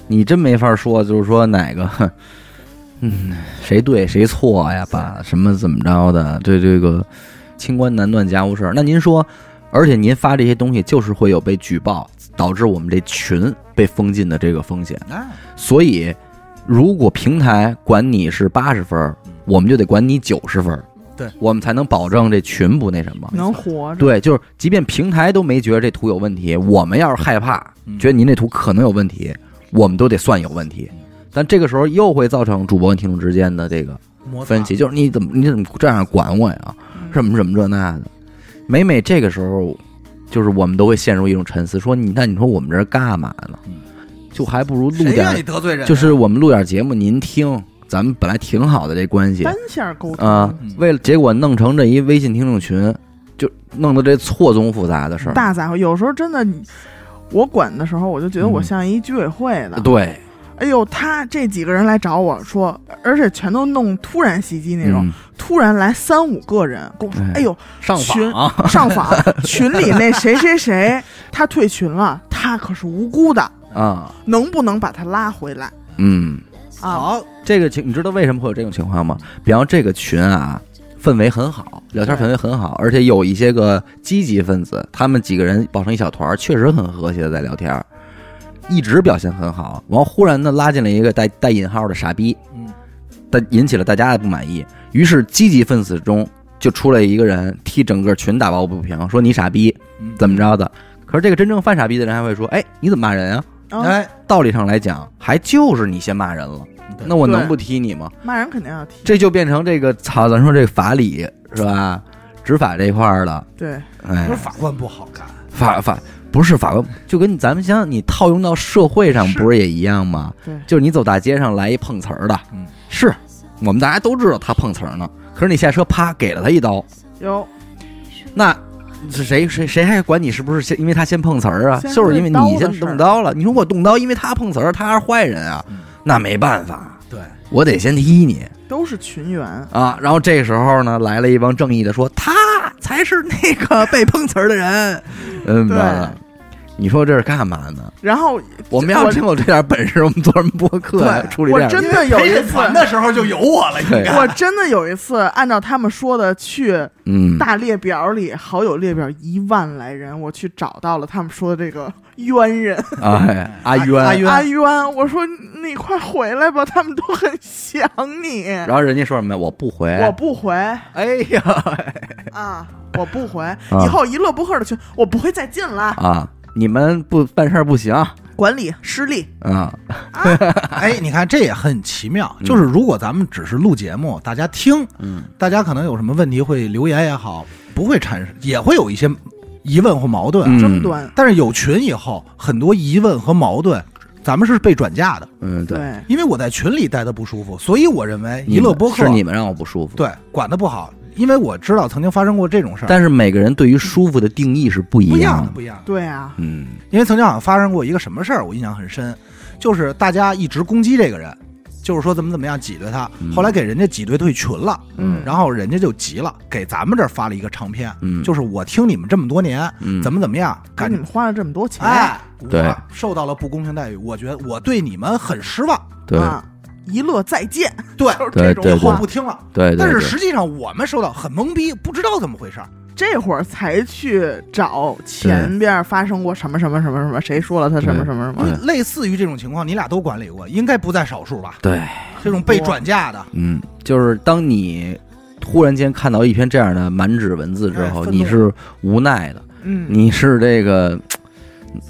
[SPEAKER 1] 你真没法说，就是说哪个，哼嗯，谁对谁错呀？把什么怎么着的？对这个清官难断家务事儿。那您说，而且您发这些东西，就是会有被举报，导致我们这群被封禁的这个风险。
[SPEAKER 2] 哎，
[SPEAKER 1] 所以，如果平台管你是八十分儿，我们就得管你九十分儿，
[SPEAKER 2] 对
[SPEAKER 1] 我们才能保证这群不那什么。
[SPEAKER 3] 能活着，
[SPEAKER 1] 对，就是即便平台都没觉得这图有问题，我们要是害怕，
[SPEAKER 2] 嗯
[SPEAKER 1] 觉得您这图可能有问题，我们都得算有问题。但这个时候又会造成主播跟听众之间的这个
[SPEAKER 2] 摩擦
[SPEAKER 1] 分歧，就是你怎么你怎么这样管我呀？
[SPEAKER 3] 嗯
[SPEAKER 1] 什么什么这那的。每每这个时候，就是我们都会陷入一种沉思，说你那你说我们这儿干嘛呢
[SPEAKER 2] 嗯？
[SPEAKER 1] 就还不如录
[SPEAKER 2] 谁
[SPEAKER 1] 点
[SPEAKER 2] 愿意
[SPEAKER 1] 儿，
[SPEAKER 2] 得罪人啊？
[SPEAKER 1] 就是我们录点儿节目您听，咱们本来挺好的这关系，
[SPEAKER 3] 单线沟通
[SPEAKER 1] 啊，为了结果弄成这一微信听众群，就弄得这错综复杂的事儿。
[SPEAKER 3] 大杂烩，有时候真的你。我管的时候，我就觉得我像一居委会的。，
[SPEAKER 1] 嗯对
[SPEAKER 3] 哎呦，他这几个人来找我说，而且全都弄突然袭击那种，
[SPEAKER 1] 嗯
[SPEAKER 3] 突然来三五个人跟我说
[SPEAKER 1] 哎：“
[SPEAKER 3] 哎呦，
[SPEAKER 1] 上
[SPEAKER 3] 群
[SPEAKER 1] 访，
[SPEAKER 3] 上访群里那谁谁谁他退群了，他可是无辜的，
[SPEAKER 1] 啊，
[SPEAKER 3] 能不能把他拉回来
[SPEAKER 1] 嗯，
[SPEAKER 3] 啊？
[SPEAKER 2] 好，
[SPEAKER 1] 这个情你知道为什么会有这种情况吗？比方这个群啊，氛围很好，聊天
[SPEAKER 3] 对
[SPEAKER 1] 氛围很好，而且有一些个积极分子，他们几个人抱成一小团儿，确实很和谐的在聊天儿，一直表现很好。然后忽然呢，拉进了一个带带引号的傻逼，
[SPEAKER 2] 嗯，
[SPEAKER 1] 但引起了大家的不满意。于是积极分子中就出来一个人替整个群打抱不平，说你傻逼
[SPEAKER 2] 嗯
[SPEAKER 1] 怎么着的。可是这个真正犯傻逼的人还会说，哎，你怎么骂人啊？
[SPEAKER 3] 啊，
[SPEAKER 2] 哎，
[SPEAKER 1] 道理上来讲，还就是你先骂人了，
[SPEAKER 2] 对
[SPEAKER 1] 那我能
[SPEAKER 3] 对
[SPEAKER 1] 不踢你吗？
[SPEAKER 3] 骂人肯定要踢。
[SPEAKER 1] 这就变成这个操，咱说这个法理是吧？执法这块儿的，
[SPEAKER 3] 对，
[SPEAKER 1] 哎
[SPEAKER 2] 不是，法官不好干，
[SPEAKER 1] 法法不是法官，就跟咱们想想，你套用到社会上
[SPEAKER 3] 是
[SPEAKER 1] 不是也一样吗？
[SPEAKER 3] 对
[SPEAKER 1] 就是你走大街上来一碰瓷儿的，
[SPEAKER 2] 嗯，
[SPEAKER 1] 是我们大家都知道他碰瓷儿呢，可是你下车啪给了他一刀，
[SPEAKER 3] 有
[SPEAKER 1] 那是谁谁谁还管你是不是先因为他先碰瓷儿啊？
[SPEAKER 3] 先
[SPEAKER 1] 就是因为你先
[SPEAKER 3] 动刀的事儿
[SPEAKER 1] 动刀了。你说我动刀，因为他碰瓷儿，他是坏人啊
[SPEAKER 2] 嗯，
[SPEAKER 1] 那没办法，
[SPEAKER 2] 对，
[SPEAKER 1] 我得先踢你。
[SPEAKER 3] 都是群员，
[SPEAKER 1] 啊。然后这时候呢，来了一帮正义的说，他才是那个被碰瓷儿的人。嗯，
[SPEAKER 3] 对
[SPEAKER 1] 完了你说这是干嘛呢？
[SPEAKER 3] 然后
[SPEAKER 1] 我们要
[SPEAKER 3] 我
[SPEAKER 1] 真有这点本事，我们做什么播客呀
[SPEAKER 3] 对
[SPEAKER 1] 处理这
[SPEAKER 3] 我
[SPEAKER 1] 样的
[SPEAKER 3] 真的有
[SPEAKER 2] 陪
[SPEAKER 3] 一
[SPEAKER 2] 审
[SPEAKER 3] 次，
[SPEAKER 2] 哎团的时候就有我了，应
[SPEAKER 1] 对
[SPEAKER 2] 该
[SPEAKER 3] 我真的有一次按照他们说的去
[SPEAKER 1] 嗯，
[SPEAKER 3] 大列表里好友列表一万来人，我去找到了他们说的这个冤人
[SPEAKER 1] 哎，阿渊，
[SPEAKER 2] 阿冤
[SPEAKER 3] 阿冤，我说你快回来吧，他们都很想你。
[SPEAKER 1] 然后人家说什么呀？我不回，
[SPEAKER 3] 我不回
[SPEAKER 1] 哎呀
[SPEAKER 3] 啊，我不回，以后一乐不客的群我不会再进了，
[SPEAKER 1] 啊，你们不办事儿不行
[SPEAKER 3] 管理失利。
[SPEAKER 1] 啊，
[SPEAKER 2] 哎，你看这也很奇妙，就是如果咱们只是录节目，大家听，
[SPEAKER 1] 嗯，
[SPEAKER 2] 大家可能有什么问题会留言也好，不会产生，也会有一些疑问或矛盾。啊
[SPEAKER 1] 嗯
[SPEAKER 3] 争端。
[SPEAKER 2] 但是有群以后，很多疑问和矛盾，咱们是被转嫁的，
[SPEAKER 1] 嗯，
[SPEAKER 3] 对，，
[SPEAKER 2] 因为我在群里待的不舒服，所以我认为
[SPEAKER 1] 你
[SPEAKER 2] 娱
[SPEAKER 1] 们
[SPEAKER 2] 乐播客
[SPEAKER 1] 是你们让我不舒服，。
[SPEAKER 2] 对管的不好，因为我知道曾经发生过这种事儿，
[SPEAKER 1] 但是每个人对于舒服的定义是不一
[SPEAKER 2] 不一样的，
[SPEAKER 1] 的，
[SPEAKER 2] 不一样的。
[SPEAKER 3] 对啊，
[SPEAKER 1] 嗯
[SPEAKER 2] 因为曾经好像发生过一个什么事儿，我印象很深，就是大家一直攻击这个人，就是说怎么怎么样挤兑他，
[SPEAKER 1] 嗯
[SPEAKER 2] 后来给人家挤兑退群了，
[SPEAKER 3] 嗯
[SPEAKER 2] 然后人家就急了，给咱们这儿发了一个长篇，
[SPEAKER 1] 嗯，
[SPEAKER 2] 就是我听你们这么多年，
[SPEAKER 1] 嗯
[SPEAKER 2] 怎么怎么样，
[SPEAKER 3] 给
[SPEAKER 2] 感
[SPEAKER 3] 你们花了这么多钱，
[SPEAKER 2] 哎，我
[SPEAKER 1] 对
[SPEAKER 2] 受到了不公平待遇，我觉得我对你们很失望，
[SPEAKER 1] 对
[SPEAKER 3] 啊，一乐再见，
[SPEAKER 2] 对
[SPEAKER 3] 就是这种
[SPEAKER 1] 对对
[SPEAKER 2] 以后
[SPEAKER 3] 话
[SPEAKER 2] 不。听了。
[SPEAKER 1] 对对，
[SPEAKER 2] 但是
[SPEAKER 1] 对
[SPEAKER 2] 实际上我们受到很懵逼，不知道怎么回事儿。
[SPEAKER 3] 这会儿才去找前边发生过什么什么什么什么，谁说了他什么什么什
[SPEAKER 1] 对
[SPEAKER 3] 么，
[SPEAKER 2] 类似于这种情况，你俩都管理过，应该不在少数吧？
[SPEAKER 1] 对，
[SPEAKER 2] 这种被转嫁的，
[SPEAKER 1] 嗯，就是当你忽然间看到一篇这样的满纸文字之
[SPEAKER 2] 哎
[SPEAKER 1] 后，
[SPEAKER 2] 愤怒
[SPEAKER 1] 你是无奈的，
[SPEAKER 3] 嗯，
[SPEAKER 1] 你是这个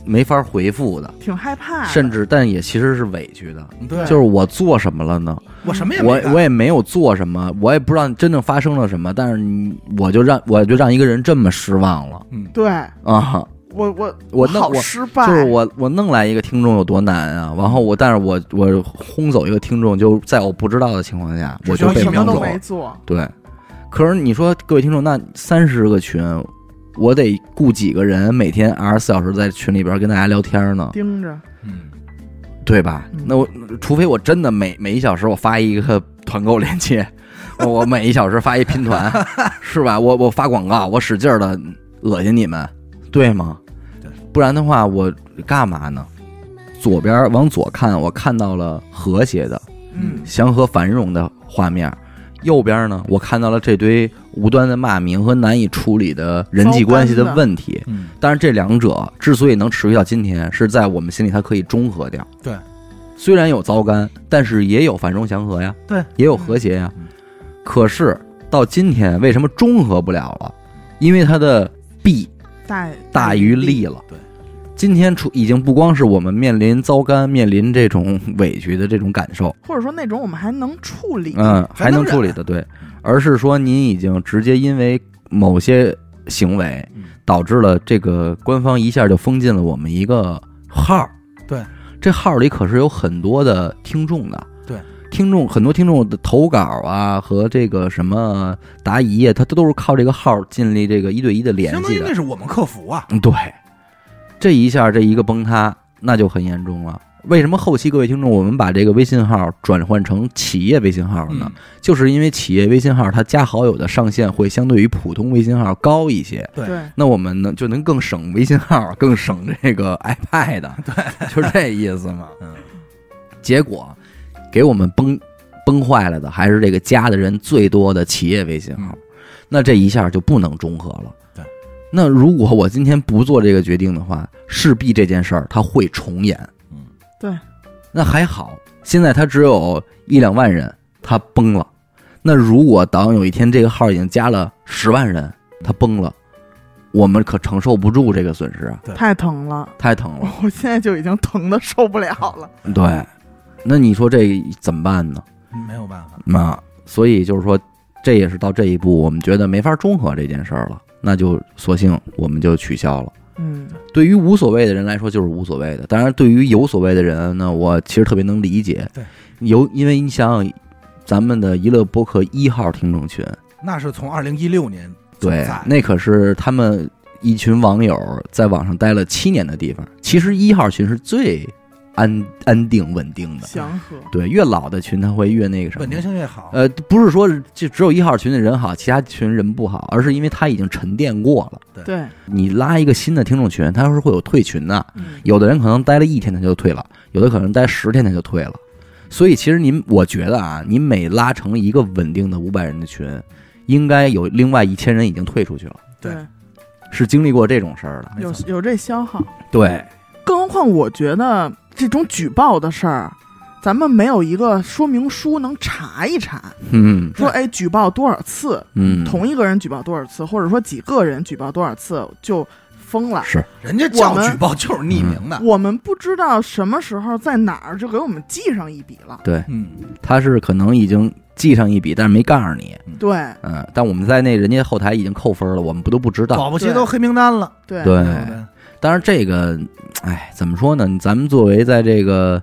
[SPEAKER 1] 没法回复的，
[SPEAKER 3] 挺害怕的，
[SPEAKER 1] 甚至但也其实是委屈的，
[SPEAKER 2] 嗯对，
[SPEAKER 1] 就是我做什么了呢？
[SPEAKER 2] 我什么也没
[SPEAKER 1] 我
[SPEAKER 2] 干
[SPEAKER 1] 我也没有做什么，我也不知道真正发生了什么，但是你我就让我就让一个人这么失望了
[SPEAKER 2] 嗯，
[SPEAKER 3] 对
[SPEAKER 1] 啊！
[SPEAKER 3] 我我
[SPEAKER 1] 我弄
[SPEAKER 3] 好
[SPEAKER 1] 我
[SPEAKER 3] 失败，
[SPEAKER 1] 就是我我弄来一个听众有多难啊！然后我但是我我轰走一个听众，就在我不知道的情况下，
[SPEAKER 2] 只
[SPEAKER 1] 我
[SPEAKER 2] 需要
[SPEAKER 1] 就被
[SPEAKER 2] 一
[SPEAKER 3] 什
[SPEAKER 1] 秒走
[SPEAKER 2] 秒
[SPEAKER 3] 么都
[SPEAKER 2] 钟
[SPEAKER 3] 没做，
[SPEAKER 1] 对，可是你说各位听众，那三十个群，我得雇几个人，每天二十四小时在群里边跟大家聊天呢，
[SPEAKER 3] 盯着，
[SPEAKER 2] 嗯，
[SPEAKER 1] 对吧
[SPEAKER 3] 嗯？
[SPEAKER 1] 那我除非我真的每每一小时我发一个团购链接，我每一小时发一拼团，是吧？我我发广告，我使劲的恶心你们，对吗？
[SPEAKER 2] 对，
[SPEAKER 1] 不然的话我干嘛呢？左边往左看，我看到了和谐的、
[SPEAKER 3] 嗯，
[SPEAKER 1] 祥和繁荣的画面。右边呢，我看到了这堆无端的骂名和难以处理的人际关系的
[SPEAKER 3] 糟糕的
[SPEAKER 1] 问题。
[SPEAKER 2] 嗯，
[SPEAKER 1] 但是这两者之所以能持续到今天，是在我们心里它可以中和掉。
[SPEAKER 2] 对，
[SPEAKER 1] 虽然有糟糠，但是也有繁荣祥和呀，
[SPEAKER 2] 对，
[SPEAKER 1] 也有和谐呀
[SPEAKER 2] 嗯。
[SPEAKER 1] 可是到今天，为什么中和不了了？因为它的弊
[SPEAKER 3] 大
[SPEAKER 1] 大于，利了。
[SPEAKER 2] 对，
[SPEAKER 1] 今天出已经不光是我们面临糟糠、面临这种委屈的这种感受，
[SPEAKER 3] 或者说那种我们还能处理，
[SPEAKER 1] 嗯，还
[SPEAKER 2] 还能
[SPEAKER 1] 能处理
[SPEAKER 2] 忍
[SPEAKER 1] 的，对，而是说您已经直接因为某些行为
[SPEAKER 2] 嗯
[SPEAKER 1] 导致了这个官方一下就封禁了我们一个号儿，
[SPEAKER 2] 对，
[SPEAKER 1] 这号儿里可是有很多的听众的，
[SPEAKER 2] 对。
[SPEAKER 1] 听众很多，听众的投稿啊和这个什么答疑啊，他都是靠这个号儿建立这个一对一的联
[SPEAKER 2] 相当
[SPEAKER 1] 系
[SPEAKER 2] 于
[SPEAKER 1] 的
[SPEAKER 2] 那。是我们客服啊，
[SPEAKER 1] 嗯，对，这一下这一个崩塌，那就很严重了。为什么后期各位听众，我们把这个微信号转换成企业微信号了呢？
[SPEAKER 2] 嗯
[SPEAKER 1] 就是因为企业微信号它加好友的上限会相对于普通微信号高一些，
[SPEAKER 2] 对
[SPEAKER 3] 对，
[SPEAKER 1] 那我们呢就能更省微信号，更省这 个 iPad，对，就是这意思嘛。
[SPEAKER 2] 嗯，
[SPEAKER 1] 结果给我们崩崩坏了的还是这个加的人最多的企业微信号，那这一下就不能中和了。
[SPEAKER 2] 嗯对，
[SPEAKER 1] 那如果我今天不做这个决定的话，势必这件事儿它会重演。
[SPEAKER 2] 嗯，
[SPEAKER 3] 对。
[SPEAKER 1] 那还好，现在它只有一两万人，它崩了。那如果当有一天这个号已经加了十万人，它崩了，我们可承受不住这个损失啊，
[SPEAKER 3] 太疼了，
[SPEAKER 1] 太疼了。
[SPEAKER 3] 我现在就已经疼的受不了了，
[SPEAKER 1] 对，那你说这怎么办呢？
[SPEAKER 2] 嗯没有办法，
[SPEAKER 1] 啊，所以就是说，这也是到这一步，我们觉得没法中和这件事儿了，那就索性我们就取消了。
[SPEAKER 3] 嗯，
[SPEAKER 1] 对于无所谓的人来说，就是无所谓的；当然，对于有所谓的人呢，我其实特别能理解。
[SPEAKER 2] 对，
[SPEAKER 1] 有因为你想想，咱们的娱乐播客一号听众群，
[SPEAKER 2] 那是从二零一六年就
[SPEAKER 1] 对
[SPEAKER 2] 在，
[SPEAKER 1] 那可是他们一群网友在网上待了七年的地方。其实一号群是最安安定稳定的。
[SPEAKER 3] 祥和，
[SPEAKER 1] 对，越老的群它会越那个什么。
[SPEAKER 2] 稳定性越好。
[SPEAKER 1] 呃，不是说就只有一号群的人好，其他群人不好，而是因为他已经沉淀过了。
[SPEAKER 3] 对，
[SPEAKER 1] 你拉一个新的听众群，他是会有退群的。
[SPEAKER 3] 嗯，
[SPEAKER 1] 有的人可能待了一天他就退了，有的可能待十天他就退了。所以其实您，我觉得啊，您每拉成一个稳定的五百人的群，应该有另外一千人已经退出去了，
[SPEAKER 2] 对
[SPEAKER 3] 对，
[SPEAKER 1] 是经历过这种事儿的。
[SPEAKER 2] 没
[SPEAKER 3] 有
[SPEAKER 2] 错
[SPEAKER 3] 有这消耗。
[SPEAKER 1] 对，
[SPEAKER 3] 更何况，我觉得这种举报的事儿，咱们没有一个说明书能查一查，
[SPEAKER 1] 嗯
[SPEAKER 3] 说哎举报多少次，
[SPEAKER 1] 嗯，
[SPEAKER 3] 同一个人举报多少次，或者说几个人举报多少次就封了。
[SPEAKER 1] 是
[SPEAKER 2] 人家叫
[SPEAKER 3] 我们
[SPEAKER 2] 举报就是匿名的，
[SPEAKER 3] 我们不知道什么时候在哪儿就给我们记上一笔了。
[SPEAKER 1] 对，
[SPEAKER 2] 嗯，
[SPEAKER 1] 他是可能已经记上一笔，但是没告诉你。
[SPEAKER 3] 对
[SPEAKER 1] 嗯，但我们在那人家后台已经扣分了，我们不都不知道。
[SPEAKER 2] 保不齐都黑名单了。
[SPEAKER 3] 对
[SPEAKER 1] 对
[SPEAKER 2] 对不对
[SPEAKER 3] 嗯
[SPEAKER 1] 当然，这个，哎，怎么说呢？咱们作为在这个，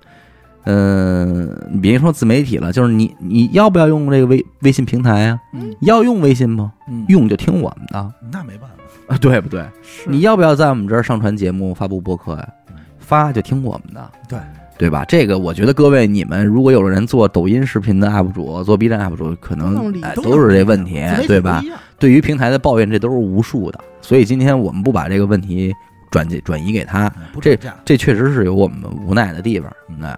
[SPEAKER 1] 嗯、你别说自媒体了，就是你你要不要用这个微微信平台啊？
[SPEAKER 2] 嗯
[SPEAKER 1] 要用微信吗？
[SPEAKER 2] 嗯，
[SPEAKER 1] 用就听我们的，
[SPEAKER 2] 那没办法，
[SPEAKER 1] 啊， 对不对？
[SPEAKER 3] 是
[SPEAKER 1] 你要不要在我们这儿上传节目、发布播客呀、发就听我们的，
[SPEAKER 2] 对
[SPEAKER 1] 对吧？这个我觉得各位你们如果有人做抖音视频的 UP 主、做 B 站 UP 主，可
[SPEAKER 3] 都
[SPEAKER 1] 能
[SPEAKER 3] 能理
[SPEAKER 1] 哎
[SPEAKER 3] 都
[SPEAKER 1] 都是这问题
[SPEAKER 2] 自媒，体
[SPEAKER 1] 对
[SPEAKER 2] 不
[SPEAKER 1] 吧
[SPEAKER 2] 一？样？
[SPEAKER 1] 对于平台的抱怨，这都是无数的。所以今天我们不把这个问题转介转移给他，
[SPEAKER 2] 嗯不
[SPEAKER 1] 这
[SPEAKER 2] 涨价
[SPEAKER 1] 这确实是有我们无奈的地方，那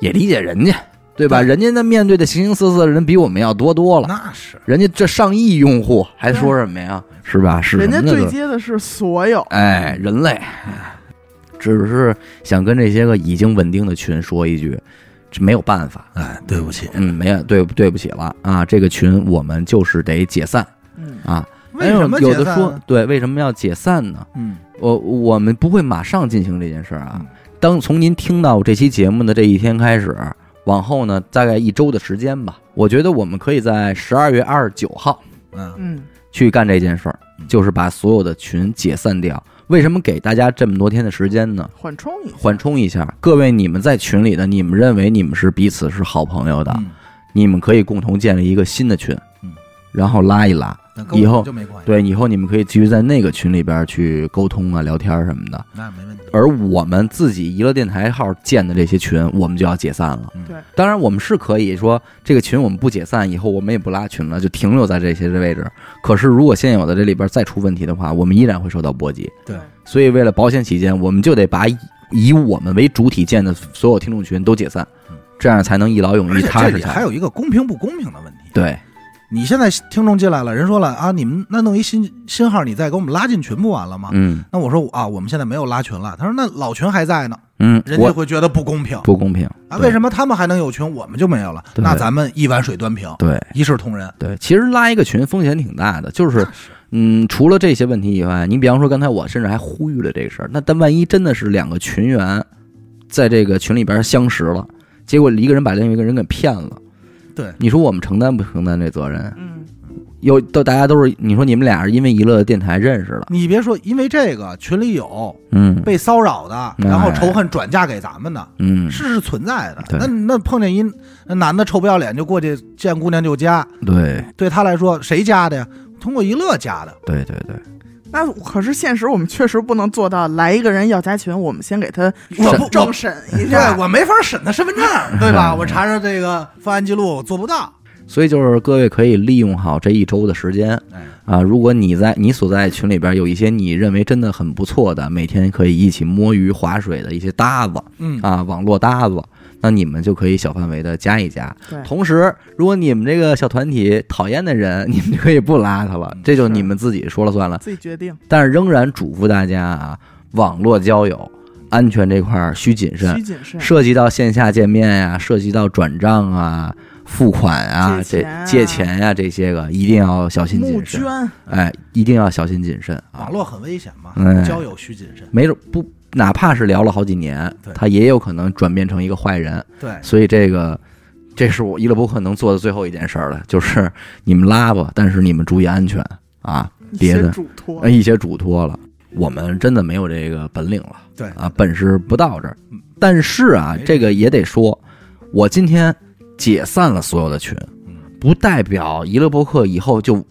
[SPEAKER 1] 也理解人家，对吧？
[SPEAKER 2] 对
[SPEAKER 1] 人家那面对的形形色色的人比我们要多多了，
[SPEAKER 2] 那是
[SPEAKER 1] 人家这上亿用户还说什么呀？是吧？是
[SPEAKER 3] 人家
[SPEAKER 1] 什么呢
[SPEAKER 3] 对
[SPEAKER 1] 都
[SPEAKER 3] 接的是所有，
[SPEAKER 1] 哎，人类，只是想跟这些个已经稳定的群说一句，这没有办法，
[SPEAKER 2] 哎，对不起，
[SPEAKER 1] 嗯，没有对对不起了啊，这个群我们就是得解散
[SPEAKER 3] 嗯，
[SPEAKER 1] 啊。
[SPEAKER 2] 为什么
[SPEAKER 1] 哎呦有
[SPEAKER 2] 解
[SPEAKER 1] 的
[SPEAKER 2] 散啊
[SPEAKER 1] 说
[SPEAKER 2] 呢？
[SPEAKER 1] 对，为什么要解散呢？
[SPEAKER 2] 嗯
[SPEAKER 1] 我我们不会马上进行这件事儿啊
[SPEAKER 2] 嗯。
[SPEAKER 1] 当从您听到这期节目的这一天开始，往后呢，大概一周的时间吧，我觉得我们可以在十二月二十九号
[SPEAKER 2] 嗯，
[SPEAKER 3] 嗯，
[SPEAKER 1] 去干这件事儿，就是把所有的群解散掉。为什么给大家这么多天的时间呢？
[SPEAKER 3] 缓冲一下，
[SPEAKER 1] 缓冲一下，各位，你们在群里的，你们认为你们是彼此是好朋友的，
[SPEAKER 2] 嗯
[SPEAKER 1] 你们可以共同建立一个新的群
[SPEAKER 2] 嗯，哎
[SPEAKER 1] 然后拉一拉，
[SPEAKER 2] 那跟我
[SPEAKER 1] 以后
[SPEAKER 2] 就没关系，
[SPEAKER 1] 对，以后你们可以继续在那个群里边去沟通啊、聊天什么的。
[SPEAKER 2] 那没问题。
[SPEAKER 1] 而我们自己娱乐电台号建的这些群，我们就要解散了。
[SPEAKER 2] 嗯
[SPEAKER 3] 对，
[SPEAKER 1] 当然我们是可以说这个群我们不解散，以后我们也不拉群了，就停留在这些位置。可是如果现有的这里边再出问题的话，我们依然会受到波及。
[SPEAKER 2] 对
[SPEAKER 1] 所以为了保险起见，我们就得把以以我们为主体建的所有听众群都解散
[SPEAKER 2] 嗯，
[SPEAKER 1] 这样才能一劳永
[SPEAKER 2] 而
[SPEAKER 1] 逸、
[SPEAKER 2] 且
[SPEAKER 1] 踏
[SPEAKER 2] 这
[SPEAKER 1] 实
[SPEAKER 2] 里
[SPEAKER 1] 下
[SPEAKER 2] 还
[SPEAKER 1] 来。
[SPEAKER 2] 有一个公平不公平的问题。
[SPEAKER 1] 对，
[SPEAKER 2] 你现在听众进来了，人说了啊，你们那弄一新新号，你再给我们拉进群不完了吗？
[SPEAKER 1] 嗯
[SPEAKER 2] 那我说啊，我们现在没有拉群了。他说那老群还在呢，
[SPEAKER 1] 嗯，
[SPEAKER 2] 人家
[SPEAKER 1] 我
[SPEAKER 2] 会觉得不公平
[SPEAKER 1] 不公平
[SPEAKER 2] 啊，为
[SPEAKER 1] 么？
[SPEAKER 2] 什么他们还能有群，我们就没有了？
[SPEAKER 1] 对
[SPEAKER 2] 那咱们一碗水端平，
[SPEAKER 1] 对
[SPEAKER 2] 一视同仁。
[SPEAKER 1] 对，其实拉一个群风险挺大的，就是
[SPEAKER 2] 那是
[SPEAKER 1] 嗯，除了这些问题以外，你比方说刚才我甚至还呼吁了这个事儿，那但万一真的是两个群员在这个群里边相识了，结果一个人把另一个人给骗了，
[SPEAKER 2] 对，
[SPEAKER 1] 你说我们承担不承担这责任？
[SPEAKER 3] 嗯，
[SPEAKER 1] 有都大家都是你说你们俩是因为娱乐电台认识的，
[SPEAKER 2] 你别说，因为这个群里有
[SPEAKER 1] 嗯
[SPEAKER 2] 被骚扰的，
[SPEAKER 1] 嗯
[SPEAKER 2] 然后仇恨转嫁给咱们的，
[SPEAKER 1] 嗯，
[SPEAKER 2] 是是存在的。
[SPEAKER 1] 对
[SPEAKER 2] 那那碰见一那男的臭不要脸就过去见姑娘就加，
[SPEAKER 1] 对
[SPEAKER 2] 对他来说谁加的呀？通过一乐加的，
[SPEAKER 1] 对对对，
[SPEAKER 3] 那可是现实，我们确实不能做到。来一个人要加群，我们先给他
[SPEAKER 2] 我不
[SPEAKER 3] 政
[SPEAKER 2] 我
[SPEAKER 3] 审一
[SPEAKER 2] 对
[SPEAKER 3] 下。
[SPEAKER 2] 我没法审他身份证，对吧？
[SPEAKER 1] 嗯
[SPEAKER 2] 我查查这个犯案记录，我做不到。
[SPEAKER 1] 所以就是各位可以利用好这一周的时间
[SPEAKER 2] 哎，
[SPEAKER 1] 啊，如果你在你所在群里边有一些你认为真的很不错的，每天可以一起摸鱼划水的一些搭子，
[SPEAKER 2] 嗯，
[SPEAKER 1] 啊，网络搭子，那你们就可以小范围的加一加。
[SPEAKER 3] 对
[SPEAKER 1] 同时，如果你们这个小团体讨厌的人，你们就可以不拉他了
[SPEAKER 2] 嗯，
[SPEAKER 1] 这就是你们自己说了算了。
[SPEAKER 3] 自己决定，
[SPEAKER 1] 但是仍然嘱咐大家啊，网络交友安全这块儿需谨慎
[SPEAKER 3] 需，谨慎。
[SPEAKER 1] 涉及到线下见面呀、涉及到转账啊、付款啊、这
[SPEAKER 3] 借钱啊
[SPEAKER 1] 借钱呀、这些个一定要小心
[SPEAKER 3] 募
[SPEAKER 1] 谨慎，
[SPEAKER 3] 捐，
[SPEAKER 1] 哎，一定要小心谨慎啊
[SPEAKER 2] 网。络很危险嘛
[SPEAKER 1] 嗯，
[SPEAKER 2] 交友需谨慎。
[SPEAKER 1] 没准不，哪怕是聊了好几年
[SPEAKER 2] 对，
[SPEAKER 1] 他也有可能转变成一个坏人。
[SPEAKER 2] 对，
[SPEAKER 1] 所以这个，这是我娱乐播客能做的最后一件事儿了，就是你们拉吧，但是你们注意安全啊，
[SPEAKER 3] 一
[SPEAKER 1] 别的
[SPEAKER 3] 些嘱托
[SPEAKER 1] 呃，一些嘱托了，我们真的没有这个本领了，
[SPEAKER 2] 对
[SPEAKER 1] 啊，本事不到这儿
[SPEAKER 2] 嗯。
[SPEAKER 1] 但是啊
[SPEAKER 2] 没，
[SPEAKER 1] 这个也得说，我今天解散了所有的群
[SPEAKER 2] 嗯，
[SPEAKER 1] 不代表娱乐播客以后就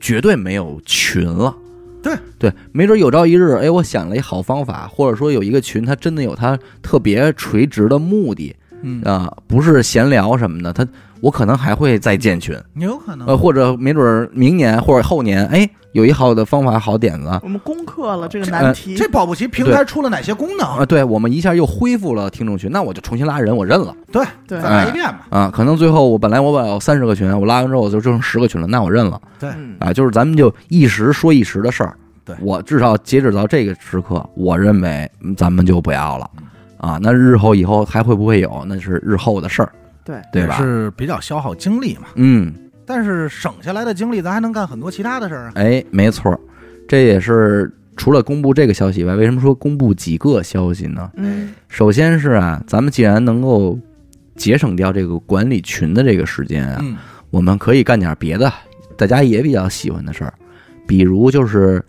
[SPEAKER 1] 绝对没有群了。
[SPEAKER 2] 对
[SPEAKER 1] 对，没准有朝一日，哎，我想了一好方法，或者说有一个群，它真的有它特别垂直的目的
[SPEAKER 2] 嗯，
[SPEAKER 1] 啊、不是闲聊什么的，它我可能还会再建群，
[SPEAKER 2] 你有可能
[SPEAKER 1] 呃，或者没准儿明年或者后年，哎，有一好的方法、好点
[SPEAKER 2] 哦
[SPEAKER 1] 子啊、
[SPEAKER 3] 我们攻克了这个
[SPEAKER 1] 呃
[SPEAKER 3] 难题，
[SPEAKER 2] 这保不齐平台出了哪些功能？
[SPEAKER 1] 啊对我们一下又恢复了听众群，那我就重新拉人，我认了
[SPEAKER 2] 对，
[SPEAKER 3] 对
[SPEAKER 2] 再来一遍吧。
[SPEAKER 1] 啊、可能最后我本来我把有三十个群，我拉完之后我就剩十个群了，那我认了。
[SPEAKER 2] 对，
[SPEAKER 3] 嗯，
[SPEAKER 1] 啊，就是咱们就一时说一时的事儿。
[SPEAKER 2] 对
[SPEAKER 1] 我至少截止到这个时刻，我认为嗯咱们就不要了
[SPEAKER 2] 嗯
[SPEAKER 1] 啊。那日后以后还会不会有，那是日后的事儿，
[SPEAKER 3] 对
[SPEAKER 1] 对
[SPEAKER 2] 也
[SPEAKER 1] 吧？
[SPEAKER 2] 是比较消耗精力嘛，
[SPEAKER 1] 嗯，
[SPEAKER 2] 但是省下来的精力，咱还能干很多其他的事儿啊。
[SPEAKER 1] 哎，没错儿，这也是除了公布这个消息以外，为什么说公布几个消息呢？
[SPEAKER 3] 嗯
[SPEAKER 1] 首先是啊，咱们既然能够节省掉这个管理群的这个时间啊，
[SPEAKER 2] 嗯，
[SPEAKER 1] 我们可以干点别的，大家也比较喜欢的事儿，比如就是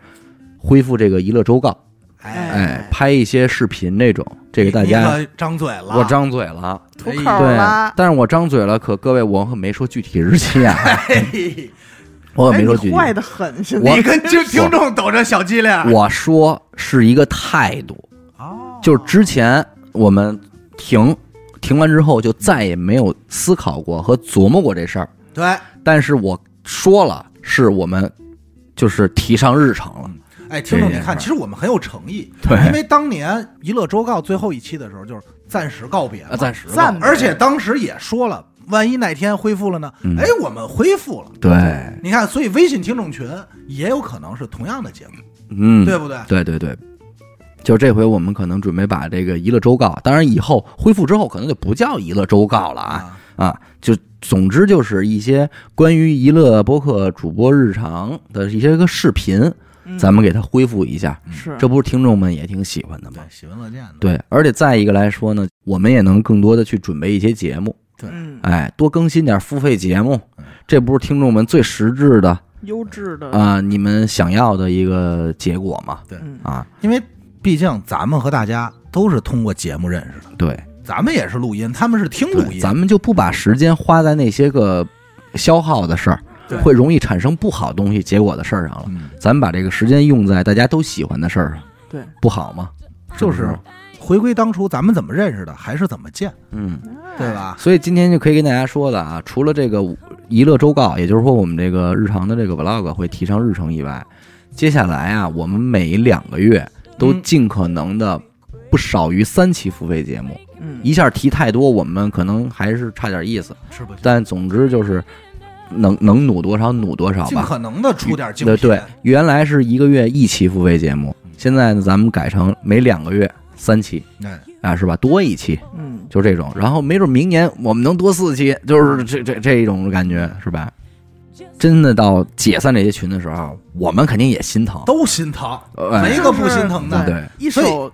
[SPEAKER 1] 恢复这个娱乐周告。
[SPEAKER 2] 哎，
[SPEAKER 1] 哎，拍一些视频这种，这个大家
[SPEAKER 2] 你可张嘴了，
[SPEAKER 1] 我张嘴了，
[SPEAKER 3] 吐口
[SPEAKER 2] 哎
[SPEAKER 1] 对
[SPEAKER 3] 啦，，
[SPEAKER 1] 但是我张嘴了，可各位我可没说具体日期啊，
[SPEAKER 2] 嘿
[SPEAKER 1] 我可
[SPEAKER 3] 哎
[SPEAKER 1] 没说具
[SPEAKER 3] 你
[SPEAKER 1] 体，
[SPEAKER 3] 坏的很，现在
[SPEAKER 1] 我
[SPEAKER 2] 你跟听听众抖着小鸡俩，
[SPEAKER 1] 我说是一个态度，
[SPEAKER 2] 哦，
[SPEAKER 1] 就是之前我们停停完之后就再也没有思考过和琢磨过这事儿，
[SPEAKER 2] 对，
[SPEAKER 1] 但是我说了，是我们就是提上日程
[SPEAKER 3] 嗯
[SPEAKER 1] 了，
[SPEAKER 2] 哎，听众
[SPEAKER 1] 这
[SPEAKER 2] 你
[SPEAKER 1] 件事儿
[SPEAKER 2] 看，其实我们很有诚意，
[SPEAKER 1] 对
[SPEAKER 2] 因为当年《娱乐周告》最后一期的时候，就是暂时告别嘛，
[SPEAKER 1] 啊暂时吧
[SPEAKER 3] 暂别
[SPEAKER 2] 而且当时也说了，万一哪天恢复了呢？
[SPEAKER 1] 嗯哎
[SPEAKER 2] 哎，我们恢复了。
[SPEAKER 1] 对，
[SPEAKER 2] 你看，所以微信听众群也有可能是同样的结果，
[SPEAKER 1] 嗯，
[SPEAKER 2] 对不对？
[SPEAKER 1] 对对对，就这回我们可能准备把这个娱乐周告，当然以后恢复之后可能就不叫娱乐周告了啊
[SPEAKER 2] 啊，
[SPEAKER 1] 啊，就总之就是一些关于娱乐播客主播日常的一些个视频，
[SPEAKER 3] 嗯
[SPEAKER 1] 咱们给它恢复一下，
[SPEAKER 3] 是
[SPEAKER 1] 这不是听众们也挺喜欢的吗
[SPEAKER 2] 对，？喜闻乐见的。
[SPEAKER 1] 对，而且再一个来说呢，我们也能更多的去准备一些节目，
[SPEAKER 3] 嗯
[SPEAKER 1] 哎，多更新点付费节目，这不是听众们最实质的
[SPEAKER 3] 优质的
[SPEAKER 1] 啊、你们想要的一个结果吗？
[SPEAKER 3] 嗯
[SPEAKER 1] 啊，
[SPEAKER 2] 因为毕竟咱们和大家都是通过节目认识的，
[SPEAKER 1] 对，
[SPEAKER 2] 咱们也是录音，他们是听录
[SPEAKER 1] 对，
[SPEAKER 2] 音。
[SPEAKER 1] 咱们就不把时间花在那些个消耗的事儿
[SPEAKER 3] 对，
[SPEAKER 1] 会容易产生不好东西结果的事儿上了。
[SPEAKER 2] 嗯，
[SPEAKER 1] 咱们把这个时间用在大家都喜欢的事儿上，
[SPEAKER 3] 对，
[SPEAKER 1] 不好吗？
[SPEAKER 2] 就是
[SPEAKER 1] 不
[SPEAKER 2] 是回归当初，咱们怎么认识的，还是怎么见，
[SPEAKER 1] 嗯，
[SPEAKER 2] 对？吧？
[SPEAKER 1] 所以今天就可以跟大家说的啊，除了这个娱乐周告，也就是说我们这个日常的这个 vlog 会提上日程以外，接下来啊，我们每两个月都
[SPEAKER 2] 嗯
[SPEAKER 1] 尽可能的不少于三期付费节目，
[SPEAKER 3] 嗯，
[SPEAKER 1] 一下提太多，我们可能还是差点意思。
[SPEAKER 2] 是不？
[SPEAKER 1] 但总之就是能能努多少努多少
[SPEAKER 2] 尽
[SPEAKER 1] 吧。
[SPEAKER 2] 可能的出点精
[SPEAKER 1] 对
[SPEAKER 2] 嗯品。
[SPEAKER 1] 对，原来是一个月一期付费节目，现在呢咱们改成每两个月三期
[SPEAKER 2] 哎，
[SPEAKER 1] 啊，是吧？多一期
[SPEAKER 3] 嗯
[SPEAKER 1] 就这种，然后没准明年我们能多四期，就是这这这一种感觉是吧？真的到解散这些群的时候，我们肯定也心疼，
[SPEAKER 2] 都心疼，
[SPEAKER 1] 呃
[SPEAKER 2] 没个不心疼的。
[SPEAKER 1] 对对
[SPEAKER 3] 一手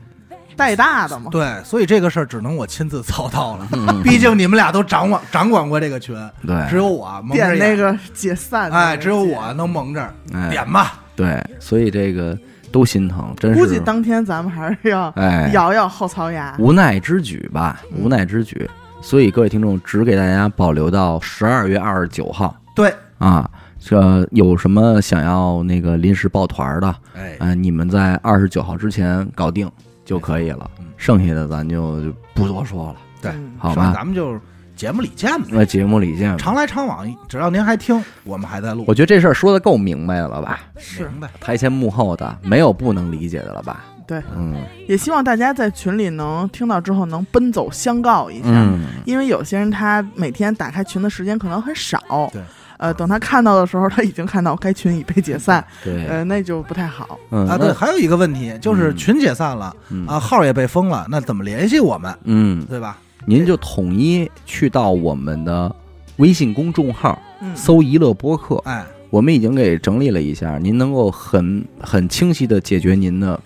[SPEAKER 3] 带大的嘛，
[SPEAKER 2] 对，所以这个事儿只能我亲自操到了，
[SPEAKER 1] 嗯
[SPEAKER 2] 毕竟你们俩都掌管掌管过这个群，
[SPEAKER 1] 对，
[SPEAKER 2] 只有我蒙着
[SPEAKER 3] 点那
[SPEAKER 2] 眼，
[SPEAKER 3] 个解散的那个
[SPEAKER 2] 哎，只有
[SPEAKER 3] 键
[SPEAKER 2] 我能蒙着
[SPEAKER 1] 哎
[SPEAKER 2] 点吧。
[SPEAKER 1] 对，所以这个都心疼，真是
[SPEAKER 3] 估计当天咱们还是要
[SPEAKER 1] 哎
[SPEAKER 3] 咬咬后槽牙。
[SPEAKER 1] 无奈之举吧，
[SPEAKER 3] 嗯
[SPEAKER 1] 无奈之举。所以各位听众，只给大家保留到十二月二十九号
[SPEAKER 2] 对，
[SPEAKER 1] 啊。这有什么想要那个临时抱团的，
[SPEAKER 2] 哎，
[SPEAKER 1] 嗯、你们在二十九号之前搞定就可以了
[SPEAKER 2] 嗯。
[SPEAKER 1] 剩下的咱就就不多说了，
[SPEAKER 2] 对
[SPEAKER 3] 嗯
[SPEAKER 1] 好
[SPEAKER 2] 吧？
[SPEAKER 1] 吧？
[SPEAKER 2] 咱们就节目里见吧，
[SPEAKER 1] 那节目里见吧。
[SPEAKER 2] 常来常往，只要您还听，我们还在录
[SPEAKER 1] 我。觉得这事儿说的够明白了吧？
[SPEAKER 2] 哎
[SPEAKER 3] 是，
[SPEAKER 2] 明白，啊
[SPEAKER 1] 台前幕后的没有不能理解的了吧？
[SPEAKER 3] 对，
[SPEAKER 1] 嗯
[SPEAKER 3] 也希望大家在群里能听到之后能奔走相告一下，
[SPEAKER 1] 嗯，
[SPEAKER 3] 因为有些人他每天打开群的时间可能很少，
[SPEAKER 2] 对，
[SPEAKER 3] 呃，等他看到的时候，他已经看到该群已被解散，
[SPEAKER 1] 对，
[SPEAKER 3] 呃，那就不太好。
[SPEAKER 1] 嗯
[SPEAKER 2] 啊，对，，还有一个问题就是群解散了
[SPEAKER 1] 嗯
[SPEAKER 2] 啊，号也被封了，那怎么联系我们，
[SPEAKER 1] 嗯，
[SPEAKER 2] 对吧？
[SPEAKER 1] 您就统一去到我们的微信公众号。
[SPEAKER 3] 嗯，
[SPEAKER 1] 搜“一乐播客
[SPEAKER 2] 哎，”，
[SPEAKER 1] 我们已经给整理了一下，您能够很很清晰的解决您的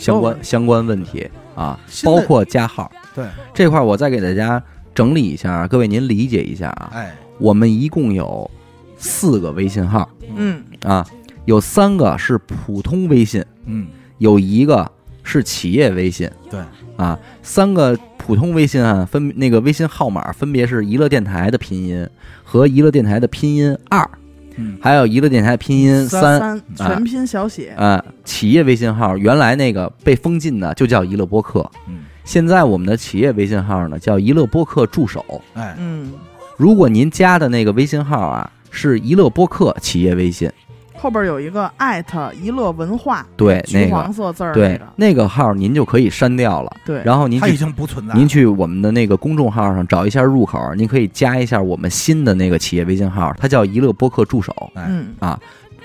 [SPEAKER 1] 相关、
[SPEAKER 3] 哦
[SPEAKER 1] 相关问题啊，
[SPEAKER 2] 现
[SPEAKER 1] 包
[SPEAKER 2] 在
[SPEAKER 1] 括加号
[SPEAKER 2] 对，
[SPEAKER 1] 这块，我再给大家整理一下，各位您理解一下啊。
[SPEAKER 2] 哎，
[SPEAKER 1] 我们一共有四个微信号
[SPEAKER 3] 嗯
[SPEAKER 1] 啊，有三个是普通微信，
[SPEAKER 2] 嗯，
[SPEAKER 1] 有一个是企业微信
[SPEAKER 2] 对，
[SPEAKER 1] 啊，三个普通微信啊，分那个微信号码分别是“娱乐电台”的拼音和“娱乐电台”的拼音二。
[SPEAKER 2] 嗯
[SPEAKER 1] 还有一个电台拼音嗯三，啊
[SPEAKER 3] 三全拼小写，
[SPEAKER 1] 呃，企业微信号原来那个被封禁的就叫一乐播客，
[SPEAKER 2] 嗯，
[SPEAKER 1] 现在我们的企业微信号呢叫一乐播客助手。
[SPEAKER 2] 哎，
[SPEAKER 3] 嗯，
[SPEAKER 1] 如果您加的那个微信号啊是一乐播客企业微信，
[SPEAKER 3] 后边有一个艾特一乐文化，
[SPEAKER 1] 对哎那
[SPEAKER 3] 橘黄
[SPEAKER 1] 个
[SPEAKER 3] 色字儿那
[SPEAKER 1] 对
[SPEAKER 3] 个，
[SPEAKER 1] 那个号您就可以删掉了。
[SPEAKER 3] 对，
[SPEAKER 1] 然后您
[SPEAKER 2] 它已
[SPEAKER 1] 去
[SPEAKER 2] 经不存在了。
[SPEAKER 1] 您去我们的那个公众号上找一下入口，您可以加一下我们新的那个企业微信号，它叫一乐播客助手。
[SPEAKER 3] 嗯，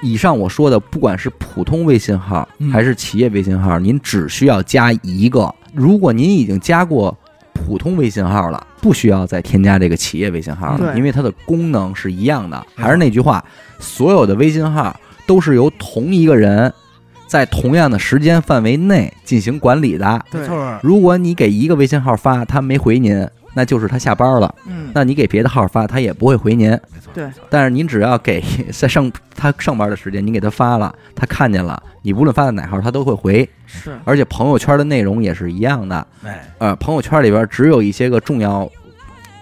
[SPEAKER 1] 以上我说的，不管是普通微信号
[SPEAKER 2] 嗯
[SPEAKER 1] 还是企业微信号，您只需要加一个。如果您已经加过普通微信号了，不需要再添加这个企业微信号了，
[SPEAKER 3] 对
[SPEAKER 1] 因为它的功能是一样的。
[SPEAKER 2] 嗯
[SPEAKER 1] 还是那句话，所有的微信号都是由同一个人在同样的时间范围内进行管理的。
[SPEAKER 2] 没
[SPEAKER 3] 对，
[SPEAKER 2] 错儿，
[SPEAKER 1] 如果你给一个微信号发，他没回您，那就是他下班了；
[SPEAKER 3] 嗯，
[SPEAKER 1] 那你给别的号发，他也不会回您。
[SPEAKER 2] 没错儿，
[SPEAKER 3] 对
[SPEAKER 2] 没错儿，
[SPEAKER 1] 但是您只要给 在上他上班的时间，你给他发了，他看见了，你无论发到哪号，他都会回，
[SPEAKER 3] 是，嗯
[SPEAKER 1] 而且朋友圈的内容也是一样的。
[SPEAKER 2] 哎，
[SPEAKER 1] 呃，朋友圈里边只有一些个重要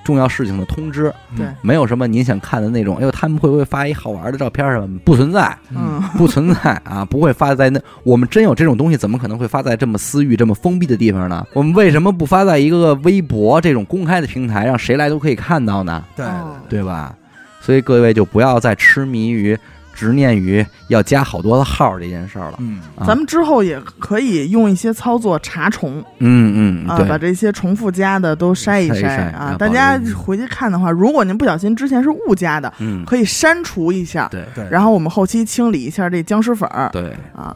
[SPEAKER 1] 重要事情的通知，
[SPEAKER 2] 嗯
[SPEAKER 3] 对，
[SPEAKER 1] 没有什么您想看的那种。哎呦，他们会不会发一好玩的照片什么？不存在，
[SPEAKER 3] 嗯，
[SPEAKER 1] 不存在啊，不会发在那。我们真有这种东西，怎么可能会发在这么私域、这么封闭的地方呢？我们为什么不发在一个个微博这种公开的平台，让谁来都可以看到呢？
[SPEAKER 2] 对对
[SPEAKER 3] 哦
[SPEAKER 1] 对吧？所以各位就不要再痴迷于、执念于要加好多的号这件事儿了。
[SPEAKER 2] 嗯，
[SPEAKER 1] 啊
[SPEAKER 3] 咱们之后也可以用一些操作查重
[SPEAKER 1] 嗯嗯，
[SPEAKER 3] 啊，
[SPEAKER 1] 对，
[SPEAKER 3] 把这些重复加的都筛
[SPEAKER 1] 筛一
[SPEAKER 3] 筛
[SPEAKER 1] 筛啊
[SPEAKER 3] 啊。
[SPEAKER 1] 保
[SPEAKER 3] 大家
[SPEAKER 1] 留
[SPEAKER 3] 回去看的话，如果您不小心之前是误加的，
[SPEAKER 1] 嗯，
[SPEAKER 3] 可以删除一下，
[SPEAKER 1] 对
[SPEAKER 2] 对，
[SPEAKER 3] 然后我们后期清理一下这僵尸粉儿
[SPEAKER 1] 对，
[SPEAKER 3] 啊。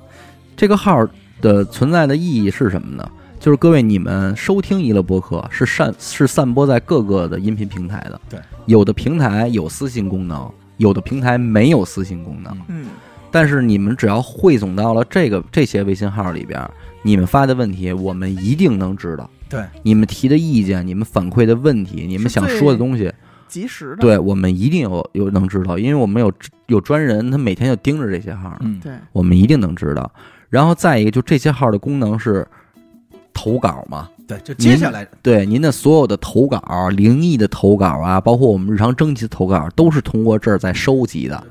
[SPEAKER 1] 这个号的存在的意义是什么呢？就是各位你们收听娱乐播客是散是散播在各个的音频平台的，
[SPEAKER 2] 对，
[SPEAKER 1] 有的平台有私信功能，有的平台没有私信功能。
[SPEAKER 2] 嗯
[SPEAKER 3] 嗯，
[SPEAKER 1] 但是你们只要汇总到了这个这些微信号里边，你们发的问题，我们一定能知道。
[SPEAKER 2] 对，
[SPEAKER 1] 你们提的意见，你们反馈的问题，你们想说的东西，
[SPEAKER 3] 及时的，
[SPEAKER 1] 对我们一定有有能知道，因为我们有有专人，他每天就盯着这些号呢，
[SPEAKER 2] 嗯，
[SPEAKER 3] 对，
[SPEAKER 1] 我们一定能知道。然后再一个，就这些号的功能是投稿嘛，
[SPEAKER 2] 对，就接下来，
[SPEAKER 1] 对您的所有的投稿、灵异的投稿啊，包括我们日常征集的投稿，都是通过这儿在收集的。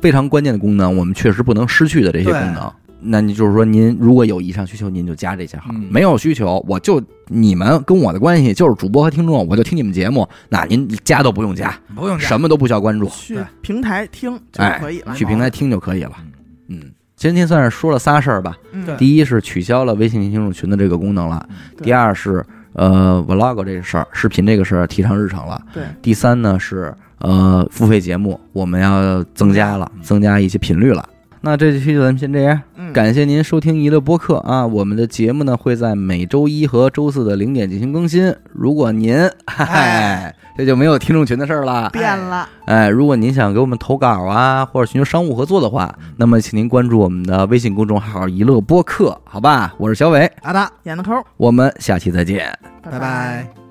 [SPEAKER 1] 非常关键的功能，我们确实不能失去的这些功能。那你就是说，您如果有以上需求，您就加这些号；
[SPEAKER 2] 嗯
[SPEAKER 1] 没有需求，我就你们跟我的关系就是主播和听众，我就听你们节目，那您加都不用加，
[SPEAKER 2] 不用加
[SPEAKER 1] 什么都不需要关注，
[SPEAKER 3] 去
[SPEAKER 2] 对
[SPEAKER 3] 平台听就
[SPEAKER 1] 哎
[SPEAKER 3] 可以了。
[SPEAKER 1] 去平台听就可以了。
[SPEAKER 2] 嗯
[SPEAKER 1] 嗯，今天算是说了仨事儿吧。
[SPEAKER 3] 嗯
[SPEAKER 2] 对
[SPEAKER 1] 第一是取消了微信听众群的这个功能了
[SPEAKER 2] 嗯，
[SPEAKER 3] 对
[SPEAKER 1] 第二是呃 vlog 这个事儿，视频这个事儿提上日程了，
[SPEAKER 3] 对，
[SPEAKER 1] 第三呢是呃付费节目我们要增加了，增加一些频率了。那这期就咱们先这样，
[SPEAKER 3] 嗯，
[SPEAKER 1] 感谢您收听娱乐播客啊！我们的节目呢会在每周一和周四的零点进行更新。如果您，嗨
[SPEAKER 2] 哎，
[SPEAKER 1] 这就没有听众群的事儿了。
[SPEAKER 3] 嗯变了，
[SPEAKER 1] 哎，如果您想给我们投稿啊，或者寻求商务合作的话，那么请您关注我们的微信公众号“一乐播客”，好吧？我是小伟，
[SPEAKER 2] 阿达，
[SPEAKER 3] 演的抠，
[SPEAKER 1] 我们下期再见。
[SPEAKER 2] 拜
[SPEAKER 3] 拜
[SPEAKER 2] 拜。